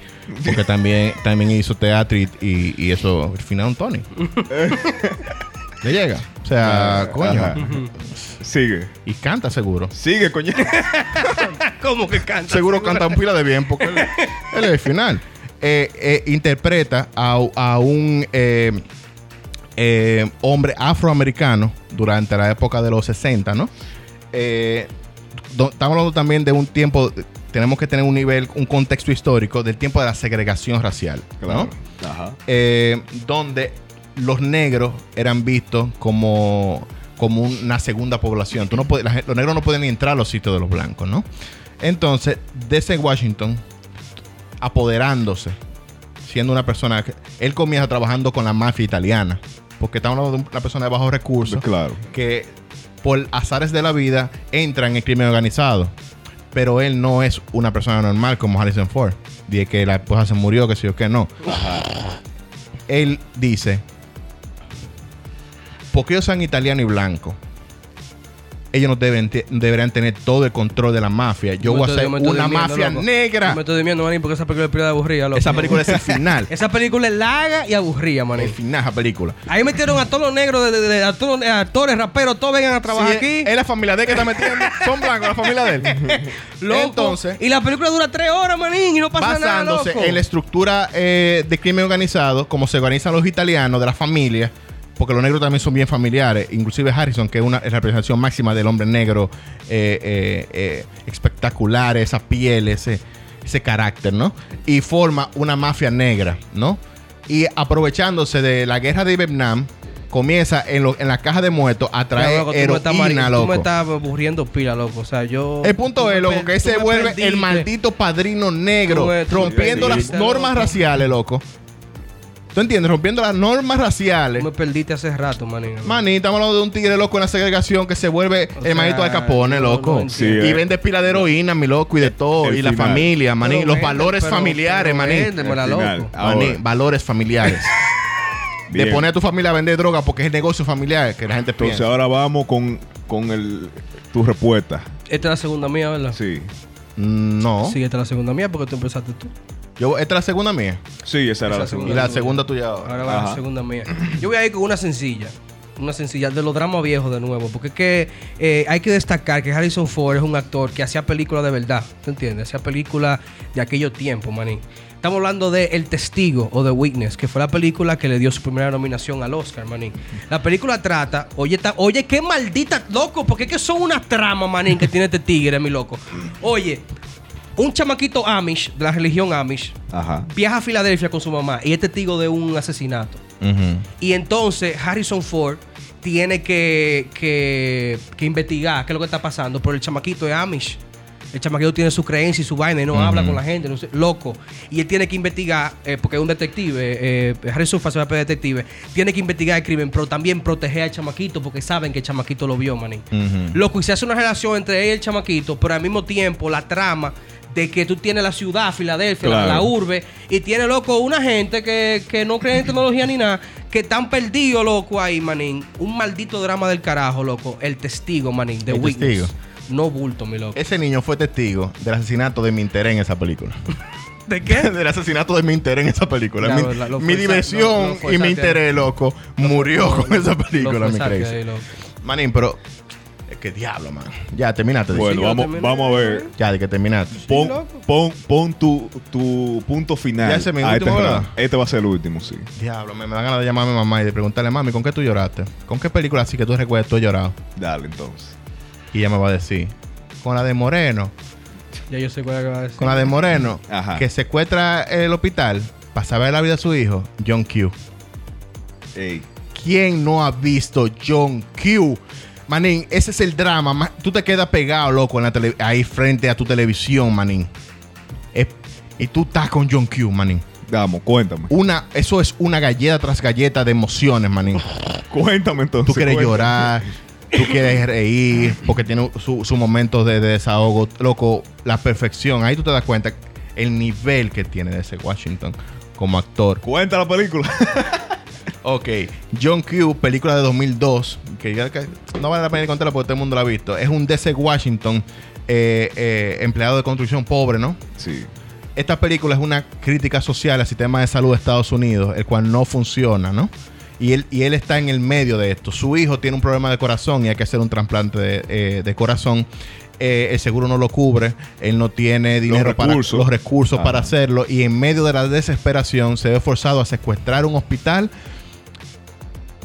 Porque también, también hizo teatro y, y- y eso, al final un Tony. Le llega. O sea, coño. Ajá. Sigue. Y canta seguro. Sigue, coño. ¿Cómo que canta? Seguro canta un pila de bien porque él, él es el final. Eh, eh, interpreta a, a un eh, eh, hombre afroamericano durante la época de los 60, ¿no? Eh, do- estamos hablando también de un tiempo, tenemos que tener un nivel, un contexto histórico del tiempo de la segregación racial, ¿no? Ajá. eh, donde los negros eran vistos como, como una segunda población. Tú no puedes- la gen- los negros no pueden ni entrar a los sitios de los blancos, ¿no? Entonces, desde Washington, apoderándose, siendo una persona... que- Él comienza trabajando con la mafia italiana, porque estamos hablando de una persona de bajos recursos Pues Claro. que por azares de la vida entra en el crimen organizado. Pero él no es una persona normal como Harrison Ford. De que la esposa se murió, que sé yo que no. Él dice, porque ellos son italiano y blanco, ellos no deben te- deberían tener todo el control de la mafia. Yo voy a hacer una mafia negra. Me estoy durmiendo, maní, porque esa película es pila de aburrida, loco. Esa película es el final. Esa película es larga y aburrida, maní. el final de la película. Ahí metieron a todos los negros, de, de- de- a todos los eh, actores, raperos, todos vengan a trabajar Sí, aquí. Es la familia de él que está metiendo. Son blancos, la familia de él. loco. Y la película dura tres horas, manín, y no pasa nada, basándose loco. en la estructura eh, de crimen organizado, como se organizan los italianos, de la familia, porque los negros también son bien familiares, inclusive Harrison, que es una es la representación máxima del hombre negro eh, eh, eh, espectacular, esa piel, ese, ese carácter, ¿no? Y forma una mafia negra, ¿no? Y aprovechándose de la guerra de Vietnam, comienza en, lo- en la caja de muertos a traer Loco, tú me estás mari- heroína, Tú me loco. estás aburriendo pila, loco. O sea, yo. El punto tú es, me loco, per- que él tú se me vuelve perdiste. el maldito padrino negro, Tú me- tú me rompiendo las perdiste, normas loco. raciales, loco. ¿Tú entiendes? Rompiendo las normas raciales. Tú me perdiste hace rato, manín. Maní, estamos hablando de un tigre loco en la segregación que se vuelve O el manito sea, de Capone, no, loco. no Sí, entiendo. y vende pila de heroína, mi loco, y de todo. el y la final. familia, maní. Pero los vende, valores pero- familiares, pero maní. véndemela, Al final. loco. Maní, Ahora. valores familiares. de Bien. poner a tu familia a vender droga porque es el negocio familiar que la gente Entonces piensa. ahora vamos con, con el, tu respuesta. Esta es la segunda mía, ¿verdad? Sí. Mm, No. Sí, esta es la segunda mía porque tú empezaste tú. Yo, esta es la segunda mía. Sí, esa era Esa la segunda. Y la segunda tuya ahora. Ahora va Ajá. la segunda mía. Yo voy a ir con una sencilla. Una sencilla de los dramas viejos de nuevo. Porque es que eh, hay que destacar que Harrison Ford es un actor que hacía películas de verdad. ¿Te entiendes? Hacía películas de aquellos tiempos, manín. Estamos hablando de El Testigo o The Witness, que fue la película que le dio su primera nominación al Oscar, manín. La película trata, oye, ta- oye, qué maldita, loco, porque es que son unas tramas, manín, que tiene este tigre, mi loco. Oye, un chamaquito Amish, de la religión Amish, Ajá. viaja a Filadelfia con su mamá y es testigo de un asesinato. Y entonces Harrison Ford tiene que, que- que investigar qué es lo que está pasando, pero el chamaquito es Amish. El chamaquito tiene su creencia y su vaina y no habla con la gente, no sé, loco. Y él tiene que investigar, eh, porque es un detective, eh, Harrison Ford se va a pedir detective, tiene que investigar el crimen, pero también proteger al chamaquito porque saben que el chamaquito lo vio, manín. Loco, y se hace una relación entre él y el chamaquito, pero al mismo tiempo la trama de que tú tienes la ciudad, Filadelfia, la- Claro. la urbe, y tiene, loco, una gente que, que no cree en tecnología ni nada, que están perdidos, loco, ahí, manín. Un maldito drama del carajo, loco. El testigo, manín, de El Witness. testigo. No bulto, mi loco. Ese niño fue testigo del asesinato de mi interés en esa película. ¿De qué? del asesinato de mi interés en esa película. Ya, mi lo- lo mi forzaste, diversión lo- lo forzaste y mi ahí. interés, loco, murió con esa película, mi forzaste crazy. ahí, loco. Manín, pero. Es que diablo, man. Ya terminaste. dice. Bueno, yo vamos, también- vamos a ver. Ya, de que terminaste. Pon, pon, pon tu, tu punto final. Ya ese es mi a último, este, ¿verdad? round. este va a ser el último, sí. Diablo, me, me dan ganas de llamar a mi mamá y de preguntarle, mami, ¿con qué tú lloraste? ¿Con qué película así que tú recuerdas tú has llorado? Dale, entonces. Y ella me va a decir, con la de Moreno. Ya yo sé cuál es la que va a decir. Con la de Moreno, Ajá. que secuestra el hospital para saber la vida de su hijo, John Q. Ey. ¿Quién no ha visto John Q? Manín, ese es el drama. ma- Tú te quedas pegado, loco, en la tele- ahí frente a tu televisión, manín. Es- y tú estás con John Q, manín. Vamos, cuéntame. Una, eso es una galleta tras galleta de emociones, manín. Cuéntame entonces. Tú quieres cuéntame. llorar, tú quieres reír, porque tiene su, su momento de, de desahogo. Loco, la perfección. Ahí tú te das cuenta el nivel que tiene de ese Washington como actor. Cuenta la película. Ok, John Q, película de 2002, que ya que no vale la pena contarla porque todo el mundo la ha visto. Es un DC Washington, eh, eh, empleado de construcción pobre, ¿no? Sí. Esta película es una crítica social al sistema de salud de Estados Unidos, el cual no funciona, ¿no? Y él, y él está en el medio de esto. Su hijo tiene un problema de corazón y hay que hacer un trasplante de, eh, de corazón. Eh, el seguro no lo cubre, él no tiene dinero para recursos. los recursos Ah. para hacerlo y en medio de la desesperación se ve forzado a secuestrar un hospital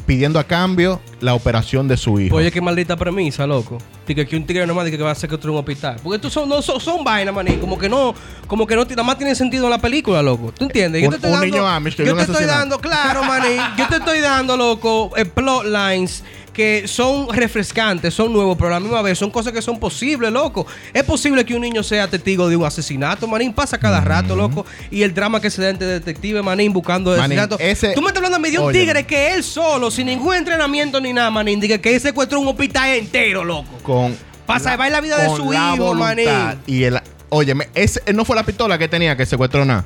pidiendo a cambio la operación de su hijo. Pues, Oye, qué maldita premisa, loco. Dice que un tigre nomás dice que va a ser que otro en un hospital. Porque estos son, no, son, son vainas, maní. Como que no, como que no, ti- nada más tiene sentido en la película, loco. ¿Tú entiendes? Un- un niño Amish que yo vio te estoy un asesinato. dando, claro, maní. Yo te estoy dando, loco, eh, plot lines que son refrescantes, son nuevos, pero a la misma vez son cosas que son posibles, loco. Es posible que un niño sea testigo de un asesinato, manín. Pasa cada rato, loco. Y el drama que se da entre detective, manín, buscando Manín, asesinato. ese- Tú me estás hablando a mí de un Óyeme. tigre que él solo, sin ningún entrenamiento ni nada, manín, diga que él secuestró un hospital entero, loco. con Pa' salvar la vida de con su la hijo, voluntad. manín. Y el, óyeme, ese no fue la pistola que tenía que secuestró nada.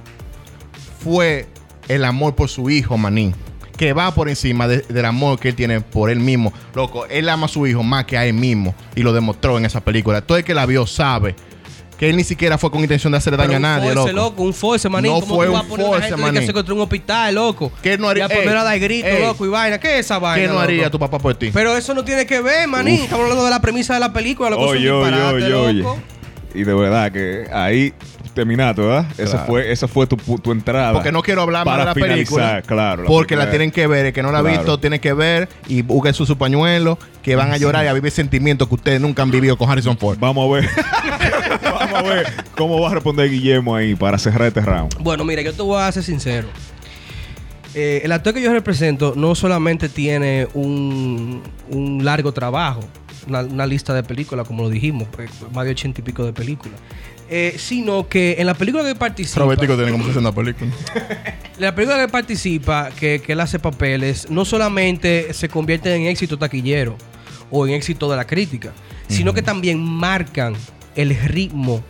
Fue el amor por su hijo, manín. Que va por encima de- del amor que él tiene por él mismo. Loco, él ama a su hijo más que a él mismo. Y lo demostró en esa película. Todo el que la vio sabe que él ni siquiera fue con intención de hacerle daño a un nadie, force, loco. Un force, manín. No ¿Cómo fue tú vas a un poner a una force, gente de que manín. secuestró un hospital, loco? ¿Qué no haría- Y a poner Ey, a dar gritos, ey. loco, y vaina. ¿Qué es esa vaina? ¿Qué no haría loco? tu papá por ti? Pero eso no tiene que ver, manín. Uf. Estamos hablando de la premisa de la película, loco. Oye, es un oye, disparate, oye, oye. loco. Y de verdad que ahí terminaste, ¿verdad? Esa Claro. fue, esa fue tu, pu- tu entrada. Porque no quiero hablar más para de la película. finalizar, Claro. porque la película. tienen que ver. El que no la ha Claro. visto tiene que ver y busquen su, su pañuelo. Que van a llorar y a vivir sentimientos que ustedes nunca han vivido con Harrison Ford. Vamos a ver. Vamos a ver cómo va a responder Guillermo ahí para cerrar este round. Bueno, mira, yo te voy a ser sincero. Eh, el actor que yo represento no solamente tiene un, un largo trabajo, una, una lista de películas, como lo dijimos, pues, más de ochenta y pico de películas, eh, sino que en la película que participa, Robertico tiene como 60 películas. la película que participa, que, que él hace papeles, no solamente se convierte en éxito taquillero o en éxito de la crítica, sino que también marcan el ritmo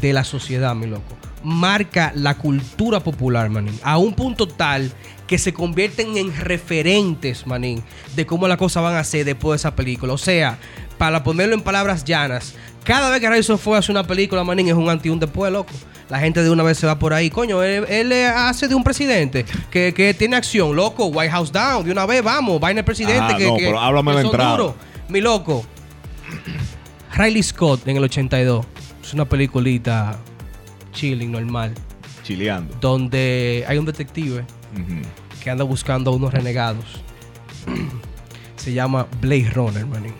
de la sociedad, mi loco. Marca la cultura popular, manín, a un punto tal que se convierten en referentes, manín, de cómo las cosas van a ser después de esa película. O sea, para ponerlo en palabras llanas, cada vez que Harrison Ford hace una película, manín, es un anti y un después, loco. La gente de una vez se va por ahí, coño, él, él, eh, hace de un presidente que, que tiene acción, loco, White House Down, de una vez, vamos, vaina el presidente. Ajá, que, Ah, no, que- pero háblame que la son entrada. duros. Mi loco, Riley Scott en el 82, es una peliculita chilling, normal, Chileando. donde hay un detective Ujú. que anda buscando a unos renegados. Se llama Blade Runner, manín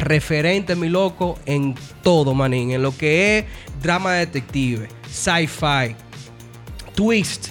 referente, mi loco, en todo, manín. En lo que es drama detective, sci-fi, twist.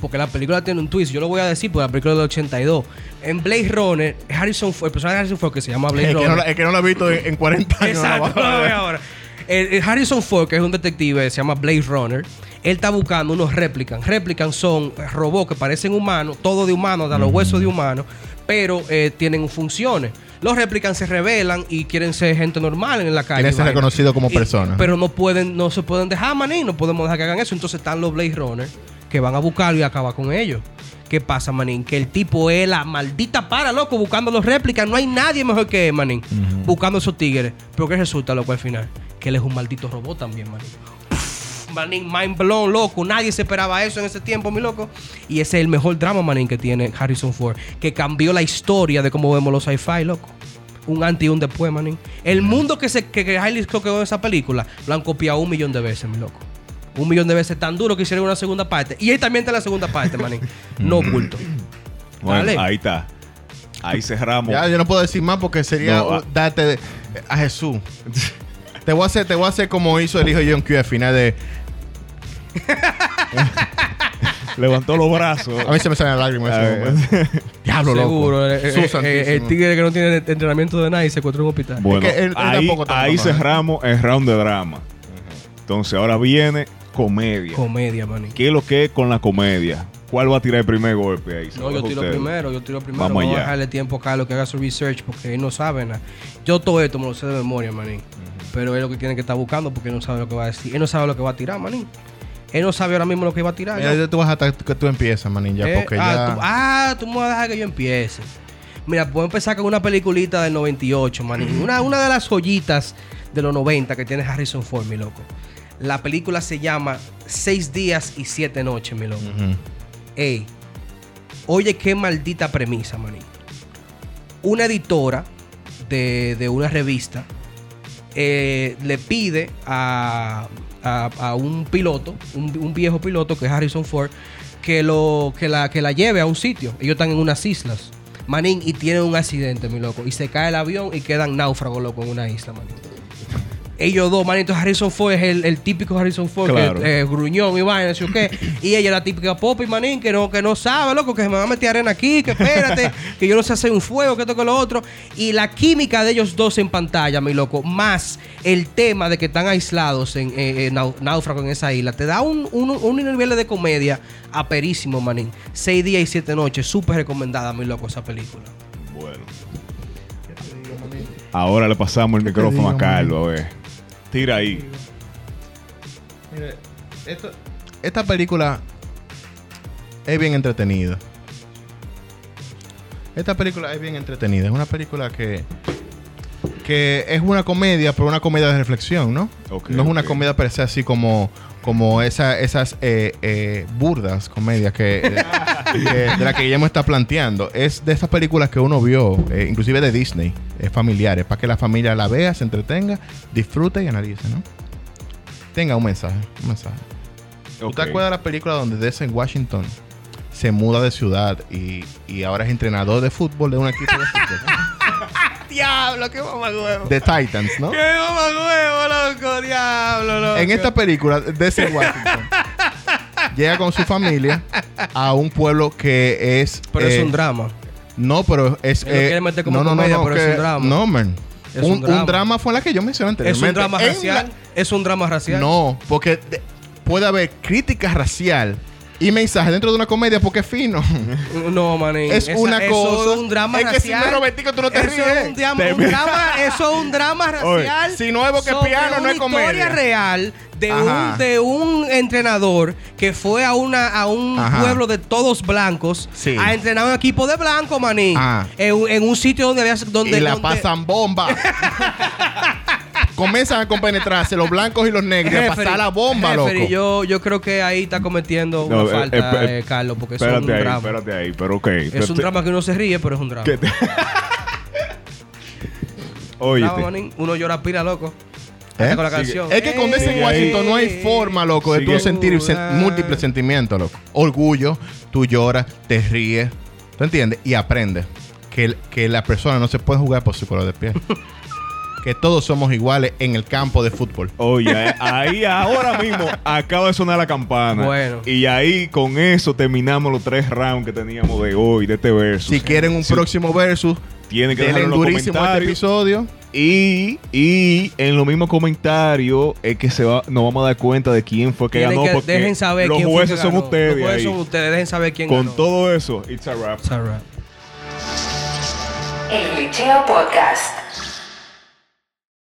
Porque la película tiene un twist, yo lo voy a decir, porque la película es del 82. En Blade Runner, Harrison Ford, el personaje de Harrison Ford que se llama Blade El que, Runner. no la, el que no la ha visto en, en 40 años. Exacto, no la va a lo ver. veo ahora. El- el Harrison Ford, que es un detective, se llama Blade Runner. Él está buscando unos replicans. Replicans son robots que parecen humanos, todo de humanos, de los huesos de humanos, pero eh, tienen funciones. Los replicans se rebelan y quieren ser gente normal en la calle. Quieren ser vaina. reconocidos como Y- personas. Pero no pueden, no se pueden dejar, maní, no podemos dejar que hagan eso. Entonces están los Blade Runner que van a buscarlo y acabar con ellos. ¿Qué pasa, manín? Que el tipo es la maldita para, loco, buscando los réplicas. No hay nadie mejor que él, manín, buscando esos tigres. Pero ¿qué resulta, loco, al final? Que él es un maldito robot también, manín. Pff, Manín, mind blown, loco. Nadie se esperaba eso en ese tiempo, mi loco. Y ese es el mejor drama, manín, que tiene Harrison Ford. Que cambió la historia de cómo vemos los sci-fi, loco. Un antes y un después, manín. El mundo que, se, que, que Riley Scott quedó en esa película, lo han copiado un millón de veces, mi loco. Un millón de veces tan duro que hicieron una segunda parte. Y él también está en la segunda parte, manín. No oculto. Bueno, Dale. ahí está. Ahí cerramos. Ya, yo no puedo decir más porque sería No, ah. uh, a- date de- a Jesús. te, voy a hacer, te voy a hacer como hizo el hijo de John Q al final de. Levantó los brazos. A mí se me salen las lágrimas. en ese A ver. momento. Diablo, loco. Seguro. eh, eh, Jesús eh, eh, el santísimo. tigre que no tiene entrenamiento de nada y se encuentra en un hospital. Bueno, Es que él- él ahí, tampoco está ahí mamá, ¿eh? cerramos el round de drama. Entonces ahora viene comedia. Comedia, manín. ¿Qué es lo que es con la comedia? ¿Cuál va a tirar el primer golpe ahí? Se No, lo yo dejo a tiro ustedes. primero, yo tiro primero. Vamos Vamos, a allá. dejarle tiempo a Carlos que haga su research porque él no sabe nada. Yo todo esto me lo sé de memoria, manín. Pero él lo que tiene que estar buscando porque él no sabe lo que va a decir. Él no sabe lo que va a tirar, manín. Él no sabe ahora mismo lo que va a tirar. Mira, ¿no? ya tú vas hasta que tú empiezas, manilla, Eh, porque ah, ya... tú, ah, tú me vas a dejar que yo empiece. Mira, puedo empezar con una peliculita del 98, man. Una, una de las joyitas de los 90 que tiene Harrison Ford, mi loco. La película se llama Seis días y siete noches, mi loco. Ujú. Ey, oye qué maldita premisa, manito. Una editora de, de una revista eh, le pide a, a- a un piloto, un, un viejo piloto que es Harrison Ford, que, lo, que, la, que la lleve a un sitio. Ellos están en unas islas, manín, y tienen un accidente, mi loco. Y se cae el avión y quedan náufragos, loco, en una isla, manín. Ellos dos, manito, Harrison Ford es el, el típico Harrison Ford, Claro. que, eh, gruñón y vaina, no sé yo qué. Y ella, la típica Poppy, manín, que no, que no sabe, loco, que se me va a meter arena aquí, que espérate, que yo no sé hacer un fuego, que esto, que lo otro. Y la química de ellos dos en pantalla, mi loco, más el tema de que están aislados en eh, eh, nau- náufrago en esa isla, te da un, un, un nivel de comedia aperísimo, manín. Seis días y siete noches, súper recomendada, mi loco, esa película. Bueno. Ahora le pasamos el micrófono a digo, Carlos, a ver. Tira ahí. Mire, esto- esta película es bien entretenida. Esta película es bien entretenida. Es una película que, que es una comedia, pero una comedia de reflexión, ¿no? Ok, no es una ok. comedia per se así como, como esa- esas eh, eh, burdas comedias que, eh, que- de la que Guillermo está planteando. Es de esas películas que uno vio, eh, inclusive de Disney, eh, familiares, para que la familia la vea, se entretenga, disfrute y analice, ¿no? Tenga un mensaje, un mensaje. ¿Tú Ok. te acuerdas de la película donde Des en Washington se muda de ciudad y, y ahora es entrenador de fútbol de un equipo de fútbol? Diablo, qué mamá huevo. The Titans, ¿no? Qué mamá huevo, loco, diablo, loco. En esta película, Des en Washington llega con su familia a un pueblo que es. Pero eh, es un drama. No, pero es. eh, Él lo quiere meter como comedia, pero es un drama. No, man. Es un, un un drama. drama. fue la que yo mencioné Es anteriormente. un drama En la- racial. Es un drama racial. No, porque de- puede haber crítica racial y mensaje dentro de una comedia porque es fino. No, manín. Es Esa- una Eso cosa- es un drama es que si no, racial. Robertico, tú no te eso ríes. Es un drama, Te- un drama, eso es un drama Oye, racial. si no es Boca sobre Piano, no es Una comedia. historia real de Ajá. un, de un entrenador que fue a, una, a un Ajá. pueblo de todos blancos Sí. a entrenar a un equipo de blanco, manín. Ah. En, un- en un sitio donde había. Donde, y la donde- pasan bomba. Comienzan a compenetrarse los blancos y los negros. y a Referee, pasar la bomba, referee, loco. Yo, yo creo que ahí está cometiendo No, una eh, falta, esp- eh, Carlos, porque eso es un espérate ahí, drama. espérate ahí, pero ok. Es un drama que uno se ríe, pero es un drama. Oye, Drama, manín. Uno llora pira, loco. Hasta ¿Eh? con la Sigue. canción. Es que con Ey, Desen Sigue Washington no hay forma, loco, de Sigue. tú sentir sen- Llorar. múltiples sentimientos, loco. Orgullo, tú lloras, te ríes, ¿tú entiendes? Y aprendes que, el- que la persona no se puede jugar por su color de piel. que todos somos iguales en el campo de fútbol. Oye, eh, ahí ahora mismo acaba de sonar la campana. Bueno. Y ahí con eso terminamos los tres rounds que teníamos de hoy, de este verso. Si quieren un Si- próximo versus, Tienen que denle dejarlo en los durísimo a este comentarios. episodio. Y, y en los mismos comentarios es que se va, nos vamos a dar cuenta de quién fue que Tienen ganó. que- porque dejen saber los quién fue jueces que son ganó. ustedes. Los jueces ahí. son ustedes. Dejen saber quién Con ganó. todo eso, it's a wrap. It's a wrap. El Liceo Podcast.